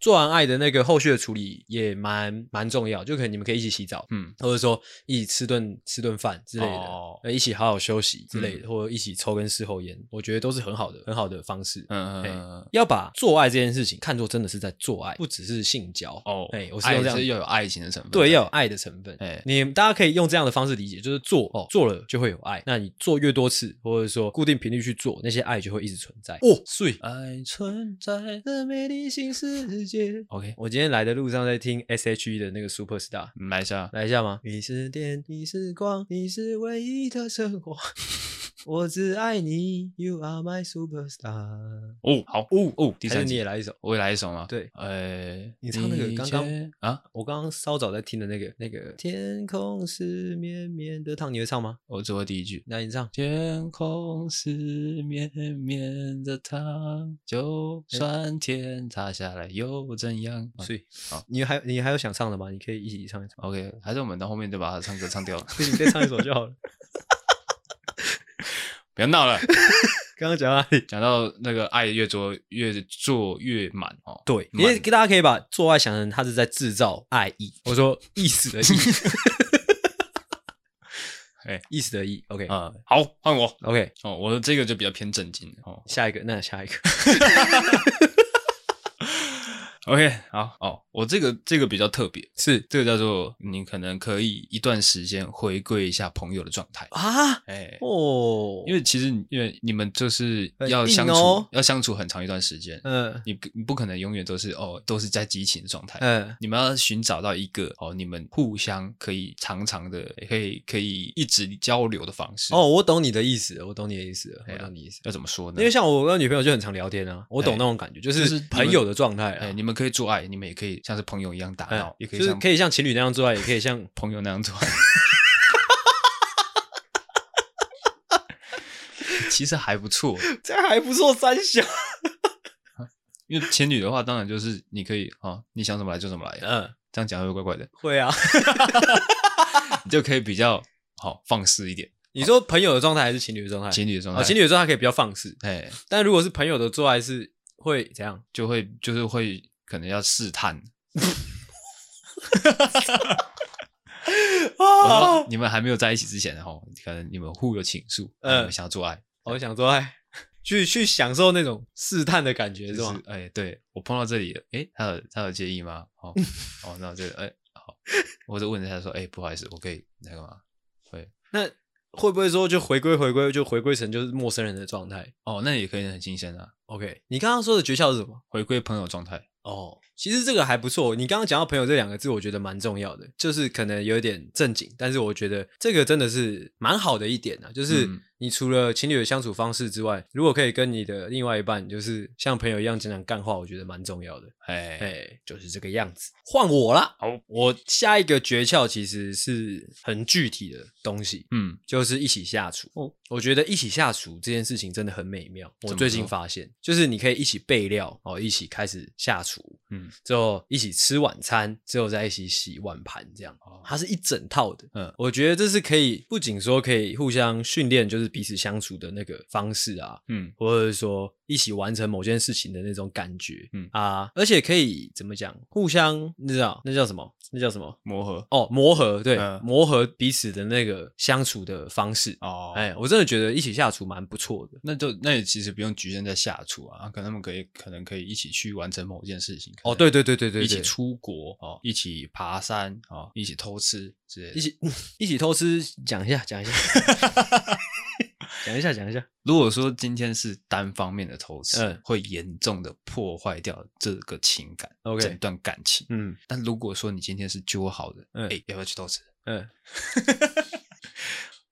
[SPEAKER 2] 做完爱的那个后续的处理也蛮蛮重要，就可能你们可以一起洗澡，
[SPEAKER 1] 嗯，
[SPEAKER 2] 或者说一起吃顿吃顿饭之类的，
[SPEAKER 1] 哦嗯
[SPEAKER 2] 呃一起好好休息之类的，或者一起抽根事后烟，我觉得都是很好的很好的方式。
[SPEAKER 1] 嗯嗯
[SPEAKER 2] 哎
[SPEAKER 1] 嗯，
[SPEAKER 2] 要把做爱这件事情看作真的是在做爱，不只是性交
[SPEAKER 1] 哦，
[SPEAKER 2] 哎、我是
[SPEAKER 1] 爱
[SPEAKER 2] 用这样
[SPEAKER 1] 是要有爱情的成分，
[SPEAKER 2] 对，要有爱的成分。
[SPEAKER 1] 哎
[SPEAKER 2] 你大家可以用这样的方式理解，就是做哦，做了就会有爱。那你做越多次，或者说固定频率去做，那些爱就会一直存在。哦，碎
[SPEAKER 1] 爱存在的美丽新世界。OK，
[SPEAKER 2] 我今天来的路上在听 S.H.E 的那个 Super Star，
[SPEAKER 1] 嗯来一下，
[SPEAKER 2] 来一下吗？你是电，你是光，你是唯一的生活， [LAUGHS] 我只爱你，You are my superstar。
[SPEAKER 1] 哦，好，哦哦，第
[SPEAKER 2] 嗯还是
[SPEAKER 1] 三
[SPEAKER 2] 你
[SPEAKER 1] 集
[SPEAKER 2] 也来一首？
[SPEAKER 1] 我也来一首吗？
[SPEAKER 2] 对
[SPEAKER 1] 呃，
[SPEAKER 2] 你唱那个刚刚
[SPEAKER 1] 先啊，
[SPEAKER 2] 我刚刚稍早在听的那个那个天空是绵绵的糖，你会唱吗？
[SPEAKER 1] 我只会第一句。
[SPEAKER 2] 那你唱。
[SPEAKER 1] 天空是绵绵的糖，就算天塌下来又怎样？啊
[SPEAKER 2] 所以，
[SPEAKER 1] 好
[SPEAKER 2] 你还你还有想唱的吗？你可以一起唱一唱， [LAUGHS]
[SPEAKER 1] OK，还是我们到后面就把它唱歌唱掉了， [LAUGHS]
[SPEAKER 2] 不行，再唱一首就好了。
[SPEAKER 1] 不要闹了。
[SPEAKER 2] 刚刚讲到哪里？
[SPEAKER 1] 讲到那个爱越做越做越满哦，
[SPEAKER 2] 对，
[SPEAKER 1] 满
[SPEAKER 2] 因为大家可以把做爱想成他是在制造爱意，我说意思的 [LAUGHS] 意，
[SPEAKER 1] 哎
[SPEAKER 2] 意思的意。OK，OK，、
[SPEAKER 1] 啊、好，换我
[SPEAKER 2] OK，
[SPEAKER 1] 哦，我的这个就比较偏正经哦。
[SPEAKER 2] 下一个，那下一个， [LAUGHS]
[SPEAKER 1] OK，好哦，我这个这个比较特别，
[SPEAKER 2] 是
[SPEAKER 1] 这个叫做你可能可以一段时间回归一下朋友的状态，
[SPEAKER 2] 啊，
[SPEAKER 1] 哎、
[SPEAKER 2] 哦，
[SPEAKER 1] 因为其实你因为你们就是
[SPEAKER 2] 很
[SPEAKER 1] 要
[SPEAKER 2] 硬
[SPEAKER 1] 相处，
[SPEAKER 2] 哦
[SPEAKER 1] 要相处很长一段时间，
[SPEAKER 2] 嗯
[SPEAKER 1] 你不你不可能永远都是哦都是在激情的状态，
[SPEAKER 2] 嗯
[SPEAKER 1] 你们要寻找到一个哦你们互相可以常常的可以可以一直交流的方式。，
[SPEAKER 2] 哦，我懂你的意思，我懂你的意思，
[SPEAKER 1] 哎呀
[SPEAKER 2] 我懂你的意思。
[SPEAKER 1] 要怎么说呢？
[SPEAKER 2] 因为像我跟女朋友就很常聊天啊，我懂
[SPEAKER 1] 哎
[SPEAKER 2] 那种感觉，嗯就
[SPEAKER 1] 就是
[SPEAKER 2] 是
[SPEAKER 1] 你们
[SPEAKER 2] 朋友的状态
[SPEAKER 1] 哎、
[SPEAKER 2] 啊，
[SPEAKER 1] 你们可以做爱，你们也可以像是朋友一样打闹，
[SPEAKER 2] 哎
[SPEAKER 1] 也可以
[SPEAKER 2] 就是
[SPEAKER 1] 像
[SPEAKER 2] 可以像情侣那样做爱，也可以像
[SPEAKER 1] 朋友那样做爱。 [LAUGHS] 其实还不错，
[SPEAKER 2] [LAUGHS] 这样还不错，三小。
[SPEAKER 1] 因为情侣的话，当然就是你可以啊、哦，你想怎么来就怎么来，
[SPEAKER 2] [LAUGHS] 嗯，
[SPEAKER 1] 这样讲会不会怪怪的，
[SPEAKER 2] 会啊。
[SPEAKER 1] 你就可以比较好、放肆一点。
[SPEAKER 2] 你说朋友的状态还是情侣的状态？
[SPEAKER 1] 哎情侣的状态，
[SPEAKER 2] 哦，情
[SPEAKER 1] 侣
[SPEAKER 2] 侣的状态可以比较放肆，
[SPEAKER 1] 哎，
[SPEAKER 2] 但如果是朋友的做爱是会怎样？
[SPEAKER 1] 就会就是会可能要试探。我说
[SPEAKER 2] 啊，
[SPEAKER 1] 你们还没有在一起之前，哦，可能你们互有情愫，
[SPEAKER 2] 嗯
[SPEAKER 1] 嗯，你们想要做爱，
[SPEAKER 2] 我想做爱， [LAUGHS] 去去享受那种试探的感觉
[SPEAKER 1] 就是
[SPEAKER 2] 吗
[SPEAKER 1] 是？哎，对我碰到这里了，哎，他有他有介意吗？哦 [LAUGHS] 哦，那我这个哎好，我就问一下说，哎，不好意思，我可以那个吗？
[SPEAKER 2] 那会不会说就回归回归就回归成就是陌生人的状态
[SPEAKER 1] 哦，那也可以很新鲜啊，
[SPEAKER 2] ？OK，你刚刚说的诀窍是什么？
[SPEAKER 1] 回归朋友状态。
[SPEAKER 2] 哦，其实这个还不错。你刚刚讲到“朋友”这两个字，我觉得蛮重要的，就是可能有点正经，但是我觉得这个真的是蛮好的一点啊。就是
[SPEAKER 1] 嗯
[SPEAKER 2] 你除了情侣的相处方式之外，如果可以跟你的另外一半就是像朋友一样讲讲干话，我觉得蛮重要的。
[SPEAKER 1] 哎、
[SPEAKER 2] 哎，就是这个样子。换我啦，
[SPEAKER 1] 好，
[SPEAKER 2] 我下一个诀窍其实是很具体的东西，
[SPEAKER 1] 嗯，
[SPEAKER 2] 就是一起下厨。
[SPEAKER 1] 哦
[SPEAKER 2] 我觉得一起下厨这件事情真的很美妙。
[SPEAKER 1] 怎
[SPEAKER 2] 我
[SPEAKER 1] 么
[SPEAKER 2] 最近
[SPEAKER 1] 说
[SPEAKER 2] 发现，就是你可以一起备料，哦，一起开始下厨，
[SPEAKER 1] 嗯，
[SPEAKER 2] 之后一起吃晚餐，之后再一起洗碗盘，这样
[SPEAKER 1] 哦，
[SPEAKER 2] 它是一整套的。
[SPEAKER 1] 嗯
[SPEAKER 2] 我觉得这是可以，不仅说可以互相训练，就是彼此相处的那个方式啊，
[SPEAKER 1] 嗯，
[SPEAKER 2] 或者是说一起完成某件事情的那种感觉，
[SPEAKER 1] 嗯
[SPEAKER 2] 啊，而且可以怎么讲，互相你知道那叫什么？那叫什么？
[SPEAKER 1] 磨合。
[SPEAKER 2] 哦，磨合，对，
[SPEAKER 1] 嗯
[SPEAKER 2] 磨合彼此的那个相处的方式。
[SPEAKER 1] 哦，哎、
[SPEAKER 2] 哎，我真的觉得一起下厨蛮不错的。
[SPEAKER 1] 那就那也其实不用局限在下厨啊，可能他们可以可能可以一起去完成某件事情。可
[SPEAKER 2] 哦，
[SPEAKER 1] 能
[SPEAKER 2] 对对对对对，
[SPEAKER 1] 一起
[SPEAKER 2] 对
[SPEAKER 1] 出国哦，一起爬山哦，一起偷吃之类的。
[SPEAKER 2] 一起一起偷吃，讲一下 [LAUGHS] 讲一下，讲一下讲一下。
[SPEAKER 1] 如果说今天是单方面的偷吃，
[SPEAKER 2] 嗯
[SPEAKER 1] 会严重的破坏掉这个情感
[SPEAKER 2] OK
[SPEAKER 1] 整段感情。
[SPEAKER 2] 嗯
[SPEAKER 1] 但如果说你今天是揪好的，哎、
[SPEAKER 2] 嗯
[SPEAKER 1] 要不要去偷吃？
[SPEAKER 2] 嗯，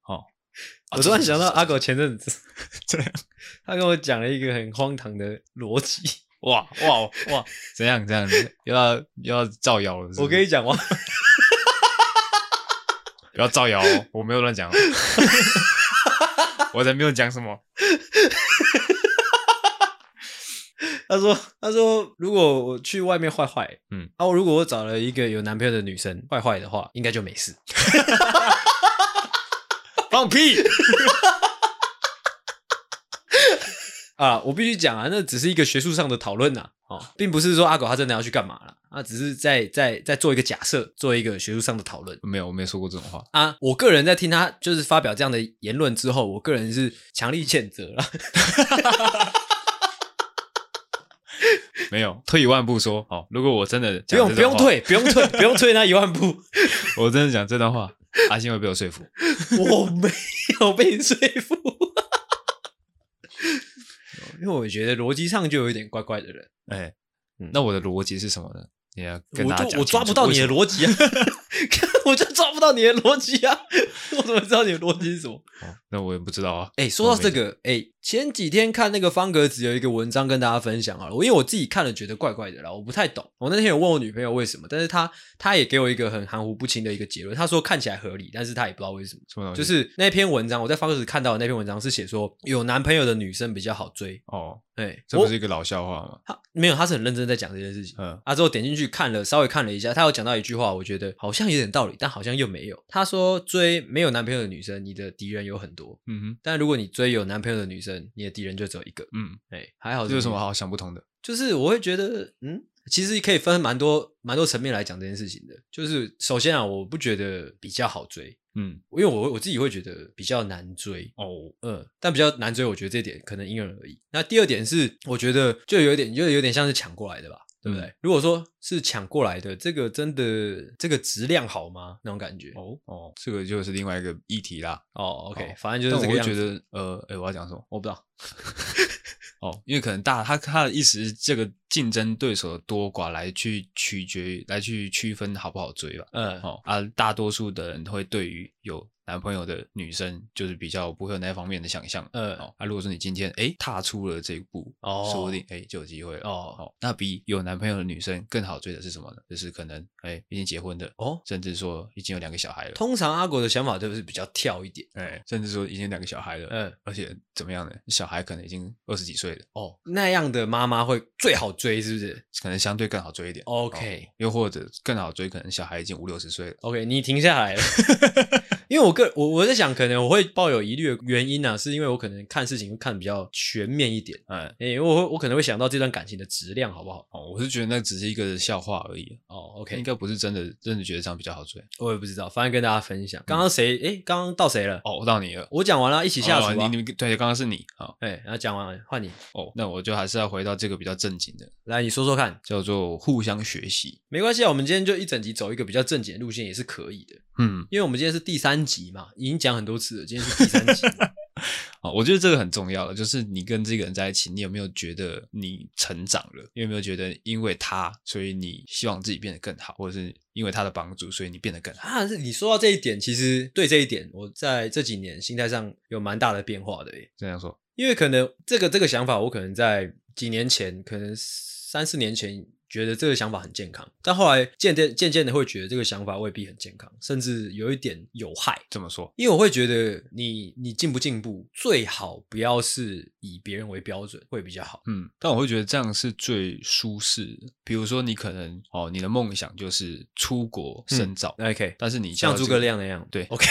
[SPEAKER 1] 哦，
[SPEAKER 2] 我突然想到啊阿狗
[SPEAKER 1] 狗
[SPEAKER 2] 前阵 [LAUGHS] 子
[SPEAKER 1] 这
[SPEAKER 2] 啊
[SPEAKER 1] 样，
[SPEAKER 2] 他跟我讲了一个很荒唐的逻辑。啊
[SPEAKER 1] 哇哇
[SPEAKER 2] [LAUGHS]
[SPEAKER 1] 哇，怎样怎样，又要又要造谣了是不是
[SPEAKER 2] 我跟你讲完，
[SPEAKER 1] 不要造谣哦，我没有乱讲
[SPEAKER 2] [LAUGHS]
[SPEAKER 1] 哦，我才没有讲什么。
[SPEAKER 2] [LAUGHS] 他说他说如果我去外面坏坏，
[SPEAKER 1] 嗯，
[SPEAKER 2] 啊，我如果我找了一个有男朋友的女生坏坏的话，应该就没事。
[SPEAKER 1] 放屁！
[SPEAKER 2] 啊，我必须讲啊，那只是一个学术上的讨论呐，哦，并不是说阿狗他真的要去干嘛啦，啊，只是在在在做一个假设，做一个学术上的讨论
[SPEAKER 1] 没有，我没有说过这种话。
[SPEAKER 2] 啊。我个人在听他就是发表这样的言论之后，我个人是强力谴责啦。
[SPEAKER 1] 没有，退一万步说，哦，如果我真的
[SPEAKER 2] 不
[SPEAKER 1] 讲
[SPEAKER 2] 用
[SPEAKER 1] 这
[SPEAKER 2] 不
[SPEAKER 1] 种
[SPEAKER 2] 用
[SPEAKER 1] 话，
[SPEAKER 2] 退，不用退，不用退那一万 [LAUGHS] 步，
[SPEAKER 1] 我真的讲这段话， [LAUGHS] 阿信会被我说服。
[SPEAKER 2] 我没有被说服。 [LAUGHS] 因为我觉得逻辑上就有一点怪怪的人，
[SPEAKER 1] 哎、
[SPEAKER 2] 嗯
[SPEAKER 1] 那我的逻辑是什么呢？你要跟
[SPEAKER 2] 我
[SPEAKER 1] 大家
[SPEAKER 2] 就
[SPEAKER 1] 讲
[SPEAKER 2] 我抓
[SPEAKER 1] 清
[SPEAKER 2] 不
[SPEAKER 1] 楚
[SPEAKER 2] 到
[SPEAKER 1] 为
[SPEAKER 2] 你
[SPEAKER 1] 什
[SPEAKER 2] 的
[SPEAKER 1] 么
[SPEAKER 2] 逻辑啊， [LAUGHS] 我就抓不到你的逻辑啊， [LAUGHS] 我怎么知道你的逻辑是什么？
[SPEAKER 1] 哦那我也不知道啊。
[SPEAKER 2] 哎、说到这
[SPEAKER 1] 我没
[SPEAKER 2] 个，哎、前几天看那个方格子有一个文章跟大家分享好了，我因为我自己看了觉得怪怪的啦，我不太懂。我那天有问我女朋友为什么，但是她她也给我一个很含糊不清的一个结论，她说看起来合理，但是她也不知道为什么。
[SPEAKER 1] 什么东西，
[SPEAKER 2] 就是那篇文章，我在方格子看到的那篇文章是写说有男朋友的女生比较好追，
[SPEAKER 1] 哦，
[SPEAKER 2] 哎、
[SPEAKER 1] 这
[SPEAKER 2] 我
[SPEAKER 1] 不是一个老笑话吗？
[SPEAKER 2] 她没有，她是很认真在讲这件事情。
[SPEAKER 1] 嗯，
[SPEAKER 2] 啊，之后点进去看了，稍微看了一下，他有讲到一句话，我觉得好像有点道理，但好像又没有。他说追没有男朋友的女生，你的敌人有很多，
[SPEAKER 1] 嗯哼，
[SPEAKER 2] 但如果你追有男朋友的女生，你的敌人就只有一个。
[SPEAKER 1] 嗯，
[SPEAKER 2] 哎、还好
[SPEAKER 1] 这有什么？好想不通的？
[SPEAKER 2] 就是我会觉得，嗯，其实可以分蛮多蛮多层面来讲这件事情的。就是首先啊，我不觉得比较好追，
[SPEAKER 1] 嗯，
[SPEAKER 2] 因为我我自己会觉得比较难追。
[SPEAKER 1] 哦，
[SPEAKER 2] 嗯，但比较难追，我觉得这点可能因人而异。那第二点是，我觉得就有点，就有点像是抢过来的吧，对不对？
[SPEAKER 1] 嗯
[SPEAKER 2] 如果说是抢过来的，这个真的这个质量好吗？那种感觉。
[SPEAKER 1] 哦，哦，这个就是另外一个议题啦。
[SPEAKER 2] 哦，OK，
[SPEAKER 1] 哦
[SPEAKER 2] 反
[SPEAKER 1] 但
[SPEAKER 2] 正就
[SPEAKER 1] 我
[SPEAKER 2] 是这个
[SPEAKER 1] 会
[SPEAKER 2] 样
[SPEAKER 1] 觉
[SPEAKER 2] 子。
[SPEAKER 1] 得，呃，哎、我要讲什么？
[SPEAKER 2] 我不知道。
[SPEAKER 1] [LAUGHS] 哦，因为可能大他他的意思是，这个竞争对手的多寡来去取决于来去区分好不好追吧。
[SPEAKER 2] 嗯，
[SPEAKER 1] 哦啊，大多数的人会对于有男朋友的女生，就是比较不会有那方面的想象。
[SPEAKER 2] 嗯
[SPEAKER 1] 哦，啊，如果说你今天哎踏出了这一步，
[SPEAKER 2] 哦
[SPEAKER 1] 说不定哎就有机会了。
[SPEAKER 2] 哦
[SPEAKER 1] 哦，那比有男朋友的女生更好追的是什么呢？就是可能哎已经结婚的，
[SPEAKER 2] 哦，
[SPEAKER 1] 甚至说已经有两个小孩了，
[SPEAKER 2] 通常阿果的想法就是比较跳一点。
[SPEAKER 1] 哎，甚至说已经有两个小孩了，
[SPEAKER 2] 嗯，
[SPEAKER 1] 而且怎么样呢？小孩可能已经二十几岁了，
[SPEAKER 2] 哦，那样的妈妈会最好追，是不是
[SPEAKER 1] 可能相对更好追一点。哦
[SPEAKER 2] ？OK，OK，、
[SPEAKER 1] 又或者更好追，可能小孩已经五六十岁了。
[SPEAKER 2] OK，你停下
[SPEAKER 1] [LAUGHS]
[SPEAKER 2] 来了。因为我个我我在想，可能我会抱有疑虑的原因呢、啊，是因为我可能看事情会看得比较全面一点。
[SPEAKER 1] 嗯，
[SPEAKER 2] 诶、我会我可能会想到这段感情的质量好不好？
[SPEAKER 1] 哦，我是觉得那只是一个笑话而已，
[SPEAKER 2] 哦
[SPEAKER 1] 应
[SPEAKER 2] ，OK，
[SPEAKER 1] 该不是真的真的觉得这样比较好追。
[SPEAKER 2] 我也不知道，反正跟大家分
[SPEAKER 1] 嗯
[SPEAKER 2] 享。刚刚谁？诶、刚刚到谁了？
[SPEAKER 1] 哦，我到你了，
[SPEAKER 2] 我讲完了，一起下厨、啊。
[SPEAKER 1] 哦你你对，刚刚是你啊、哦
[SPEAKER 2] 哎、然后讲完了，换你
[SPEAKER 1] 哦，那我就还是要回到这个比较正经的，
[SPEAKER 2] 来，你说说看，
[SPEAKER 1] 叫做互相学习。
[SPEAKER 2] 没关系啊，我们今天就一整集走一个比较正经的路线也是可以的，
[SPEAKER 1] 嗯，
[SPEAKER 2] 因为我们今天是第三三集嘛，已经讲很多次了，今天是第三集。
[SPEAKER 1] 啊，我觉得这个很重要了，就是你跟这个人在一起，你有没有觉得你成长了？你有没有觉得因为他，所以你希望自己变得更好，或者是因为他的帮助，所以你变得更好？
[SPEAKER 2] 啊，是你说到这一点，其实对这一点，我在这几年心态上有蛮大的变化的耶。
[SPEAKER 1] 这样说，
[SPEAKER 2] 因为可能这个这个想法，我可能在几年前，可能三四年前觉得这个想法很健康，但后来渐渐渐渐的会觉得这个想法未必很健康，甚至有一点有害。
[SPEAKER 1] 这么说，
[SPEAKER 2] 因为我会觉得你你进不进步，最好不要是以别人为标准会比较好。
[SPEAKER 1] 嗯，但我会觉得这样是最舒适的。比如说，你可能哦，你的梦想就是出国深造，
[SPEAKER 2] OK，
[SPEAKER 1] 但是你交
[SPEAKER 2] 嗯像
[SPEAKER 1] 了
[SPEAKER 2] 诸
[SPEAKER 1] 这
[SPEAKER 2] 葛
[SPEAKER 1] 个，
[SPEAKER 2] 亮那样，
[SPEAKER 1] 对
[SPEAKER 2] ，OK，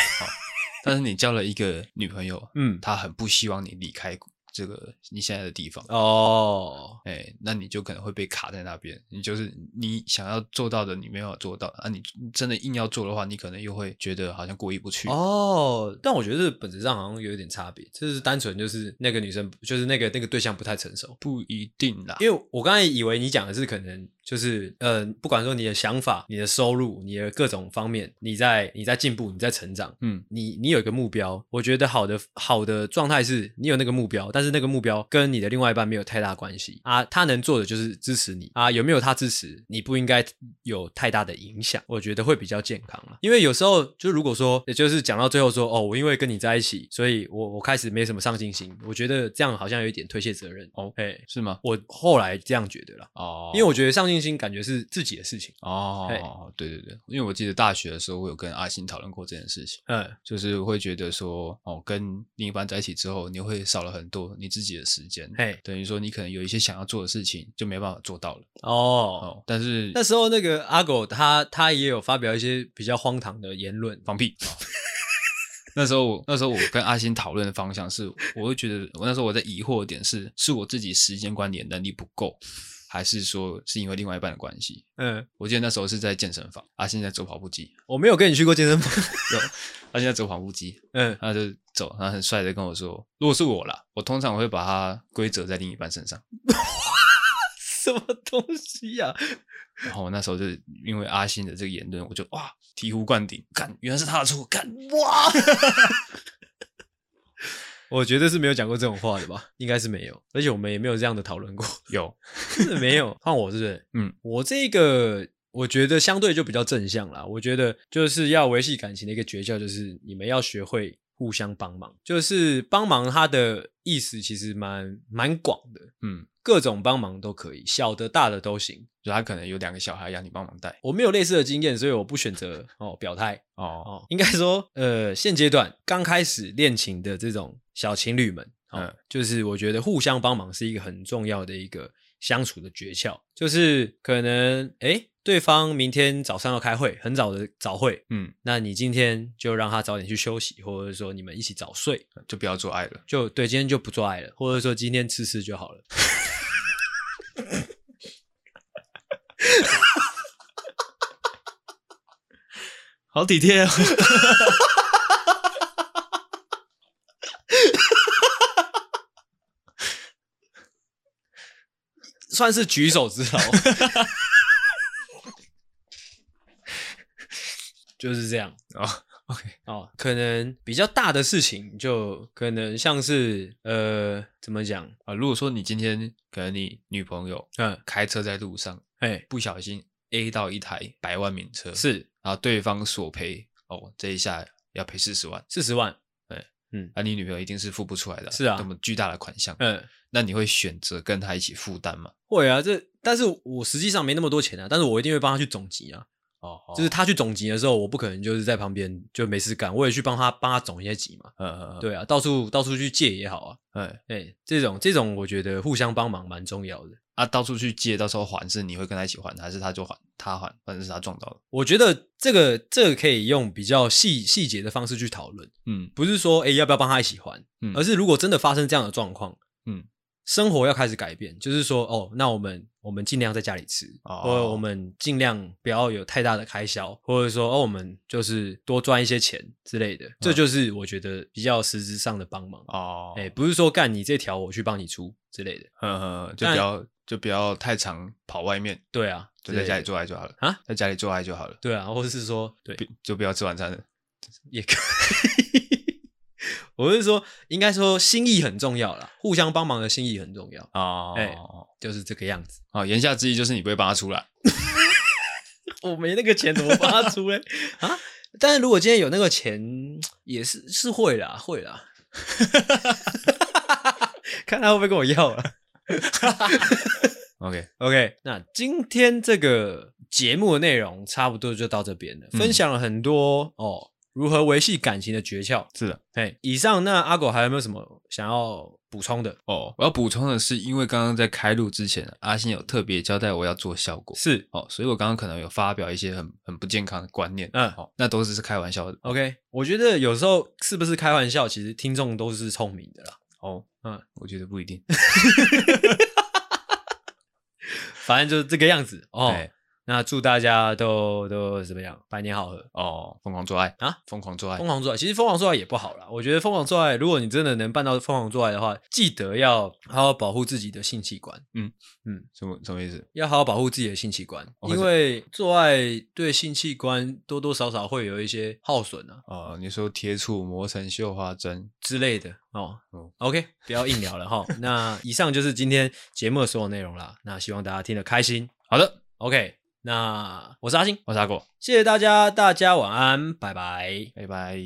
[SPEAKER 1] 但是你交了一个女朋友，
[SPEAKER 2] 嗯，
[SPEAKER 1] 她很不希望你离开这个你现在的地方。
[SPEAKER 2] 哦，
[SPEAKER 1] 哎、那你就可能会被卡在那边。你就是你想要做到的，你没有做到啊！你真的硬要做的话，你可能又会觉得好像过意不去。
[SPEAKER 2] 哦，但我觉得这本质上好像有一点差别，就是单纯就是那个女生，就是那个那个对象不太成熟。
[SPEAKER 1] 不一定啦，
[SPEAKER 2] 因为我刚才以为你讲的是可能就是呃，不管说你的想法、你的收入、你的各种方面，你在你在进步、你在成长，
[SPEAKER 1] 嗯，
[SPEAKER 2] 你你有一个目标。我觉得好的好的状态是你有那个目标，但是那个目标跟你的另外一半没有太大关系啊。他能做的就是支持你啊，有没有他支持你不应该有太大的影响，我觉得会比较健康啊。因为有时候就如果说，也就是讲到最后说哦，我因为跟你在一起，所以我我开始没什么上进心，我觉得这样好像有一点推卸责任
[SPEAKER 1] 哦
[SPEAKER 2] 哎、
[SPEAKER 1] 是吗？
[SPEAKER 2] 我后来这样觉得啦，
[SPEAKER 1] 哦，
[SPEAKER 2] 因为我觉得上进心感觉是自己的事情。
[SPEAKER 1] 哦，对对对，因为我记得大学的时候，我有跟阿星讨论过这件事情，
[SPEAKER 2] 嗯，
[SPEAKER 1] 就是会觉得说，哦，跟另一半在一起之后，你会少了很多你自己的时间，
[SPEAKER 2] 嘿，
[SPEAKER 1] 等于说你可能有一些想要做的事情就没办法做到了。
[SPEAKER 2] 哦，
[SPEAKER 1] 哦，但是
[SPEAKER 2] 那时候那个阿狗他他也有发表一些比较荒唐的言论，
[SPEAKER 1] 放屁。那时候我，那时候我跟阿星讨论的方向是，我会觉得，我那时候我在疑惑的点是，是我自己时间管理的能力不够，还是说是因为另外一半的关系？
[SPEAKER 2] 嗯，
[SPEAKER 1] 我记得那时候是在健身房，阿星在走跑步机，
[SPEAKER 2] 我没有跟你去过健身房，
[SPEAKER 1] 阿星在走跑步机，
[SPEAKER 2] 嗯，
[SPEAKER 1] 他就走，他很帅的跟我说，如果是我啦，我通常会把它归责在另一半身上。
[SPEAKER 2] [LAUGHS] 什么东西呀、
[SPEAKER 1] 然后我那时候就因为阿星的这个言论，我就哇醍醐灌顶，干，原来是他的错，干，
[SPEAKER 2] 哇！ [LAUGHS] 我觉得是没有讲过这种话的吧，应该是没有，而且我们也没有这样的讨论过，
[SPEAKER 1] 有，
[SPEAKER 2] [LAUGHS] 真的没有。换我是不是？
[SPEAKER 1] 嗯，
[SPEAKER 2] 我这个我觉得相对就比较正向啦。我觉得就是要维系感情的一个诀窍，就是你们要学会互相帮忙。就是帮忙，它的意思其实蛮蛮广的，
[SPEAKER 1] 嗯，
[SPEAKER 2] 各种帮忙都可以，小的大的都行。
[SPEAKER 1] 就他可能有两个小孩要你帮忙带，
[SPEAKER 2] 我没有类似的经验，所以我不选择哦表态
[SPEAKER 1] 哦
[SPEAKER 2] 哦。应该说，呃，现阶段刚开始恋情的这种小情侣们，哦，
[SPEAKER 1] 嗯
[SPEAKER 2] 就是我觉得互相帮忙是一个很重要的一个相处的诀窍，就是可能诶对方明天早上要开会，很早的早会，
[SPEAKER 1] 嗯，
[SPEAKER 2] 那你今天就让他早点去休息，或者说你们一起早睡，
[SPEAKER 1] 就不要做爱了。
[SPEAKER 2] 就对，今天就不做爱了，或者说今天吃吃就好了。
[SPEAKER 1] 好体贴、哦。
[SPEAKER 2] 算是举手之劳， [LAUGHS] 就是这样
[SPEAKER 1] 哦，OK，
[SPEAKER 2] 哦。可能比较大的事情，就可能像是呃，怎么讲？
[SPEAKER 1] 啊，如果说你今天可能你女朋友
[SPEAKER 2] 嗯，
[SPEAKER 1] 开车在路上
[SPEAKER 2] 哎，
[SPEAKER 1] 不小心 A 到一台百万名车，
[SPEAKER 2] 是
[SPEAKER 1] 然后对方索赔哦，这一下要赔四十万，
[SPEAKER 2] 四十万，
[SPEAKER 1] 啊，你女朋友一定是付不出来的，
[SPEAKER 2] 是啊
[SPEAKER 1] 那么巨大的款项，
[SPEAKER 2] 嗯，
[SPEAKER 1] 那你会选择跟她一起负担吗？
[SPEAKER 2] 会啊。这但是我实际上没那么多钱啊，但是我一定会帮他去总结啊。
[SPEAKER 1] 哦，
[SPEAKER 2] 就是他去总结的时候，我不可能就是在旁边就没事干，我也去帮他帮他总一些集嘛。
[SPEAKER 1] 嗯嗯，嗯，
[SPEAKER 2] 对啊，到处到处去借也好啊。
[SPEAKER 1] 哎，
[SPEAKER 2] 哎，这种这种我觉得互相帮忙蛮重要的。
[SPEAKER 1] 啊，到处去借，到时候还是你会跟她一起还，还是她就还，她还，反正是她撞到了，
[SPEAKER 2] 我觉得这个这个可以用比较细细节的方式去讨论，
[SPEAKER 1] 嗯
[SPEAKER 2] 不是说诶要不要帮他一起还，
[SPEAKER 1] 嗯
[SPEAKER 2] 而是如果真的发生这样的状况，
[SPEAKER 1] 嗯，
[SPEAKER 2] 生活要开始改变，就是说哦，那我们我们尽量在家里吃，
[SPEAKER 1] 哦
[SPEAKER 2] 或者我们尽量不要有太大的开销，或者说哦我们就是多赚一些钱之类的，这就是我觉得比较实质上的帮忙。
[SPEAKER 1] 嗯哦，
[SPEAKER 2] 哎、不是说干你这条我去帮你出之类的，
[SPEAKER 1] 嗯嗯，就
[SPEAKER 2] 但
[SPEAKER 1] 不要就不要太常跑外面，
[SPEAKER 2] 对啊，
[SPEAKER 1] 就在家里
[SPEAKER 2] 做
[SPEAKER 1] 做爱就好了
[SPEAKER 2] 啊，
[SPEAKER 1] 在家里做爱就好了，
[SPEAKER 2] 对啊，或者是说对
[SPEAKER 1] 不就不要吃晚餐了。
[SPEAKER 2] 也可以。我是说，应该说心意很重要啦，互相帮忙的心意很重要，
[SPEAKER 1] 哦，
[SPEAKER 2] 哎就是这个样子。
[SPEAKER 1] 哦，言下之意就是你不会帮他出来，
[SPEAKER 2] 我没那个钱怎么发出嘞？ [LAUGHS] 啊！但是如果今天有那个钱，也是是会啦，会啦。 [LAUGHS] 看他会不会跟我要了。
[SPEAKER 1] OK，
[SPEAKER 2] OK，那今天这个节目的内容差不多就到这边了，
[SPEAKER 1] 嗯
[SPEAKER 2] 分享了很多哦，如何维系感情的诀窍。
[SPEAKER 1] 是的。
[SPEAKER 2] 嘿，以上那阿狗还有没有什么想要补充的？
[SPEAKER 1] 哦，我要补充的是，因为刚刚在开录之前，阿信有特别交代我要做效果，
[SPEAKER 2] 是
[SPEAKER 1] 哦，所以我刚刚可能有发表一些很很不健康的观念，
[SPEAKER 2] 嗯
[SPEAKER 1] 哦，那都只是开玩笑的
[SPEAKER 2] OK，我觉得有时候是不是开玩笑，其实听众都是聪明的啦。
[SPEAKER 1] 哦，
[SPEAKER 2] 嗯，
[SPEAKER 1] 我觉得不一定，
[SPEAKER 2] 反正就是这个样子哦。
[SPEAKER 1] 对，
[SPEAKER 2] 那祝大家都都怎么样，百年好合，
[SPEAKER 1] 哦，疯狂做爱
[SPEAKER 2] 啊，
[SPEAKER 1] 疯狂做爱
[SPEAKER 2] 疯，狂做爱。其实疯狂做爱也不好啦，我觉得疯狂做爱，如果你真的能办到疯狂做爱的话，记得要好好保护自己的性器官，
[SPEAKER 1] 什么什么意思？
[SPEAKER 2] 要好好保护自己的性器官，
[SPEAKER 1] 哦
[SPEAKER 2] 因为做爱对性器官多多少少会有一些耗损啊
[SPEAKER 1] 哦，你说铁杵磨成绣花针，
[SPEAKER 2] 之类的哦。
[SPEAKER 1] 哦
[SPEAKER 2] OK，不要硬聊了哈。那以上就是今天节目的所有内容啦。那希望大家听得开心。
[SPEAKER 1] 好的，
[SPEAKER 2] OK，那我是阿星，
[SPEAKER 1] 我是阿果，
[SPEAKER 2] 谢谢大家，大家晚安，拜拜。
[SPEAKER 1] 拜拜。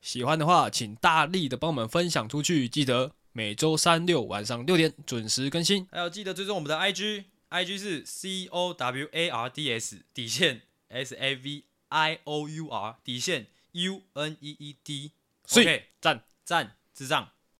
[SPEAKER 3] 喜欢的话，请大力的帮我们分享出去。记得每周三六晚上六点准时更新。
[SPEAKER 2] 还有记得追踪我们的 IG，IG 是 C O W A R D S 底线 S A V I O U R 底线 U N E E D。
[SPEAKER 3] 所以
[SPEAKER 2] OK，赞赞智障。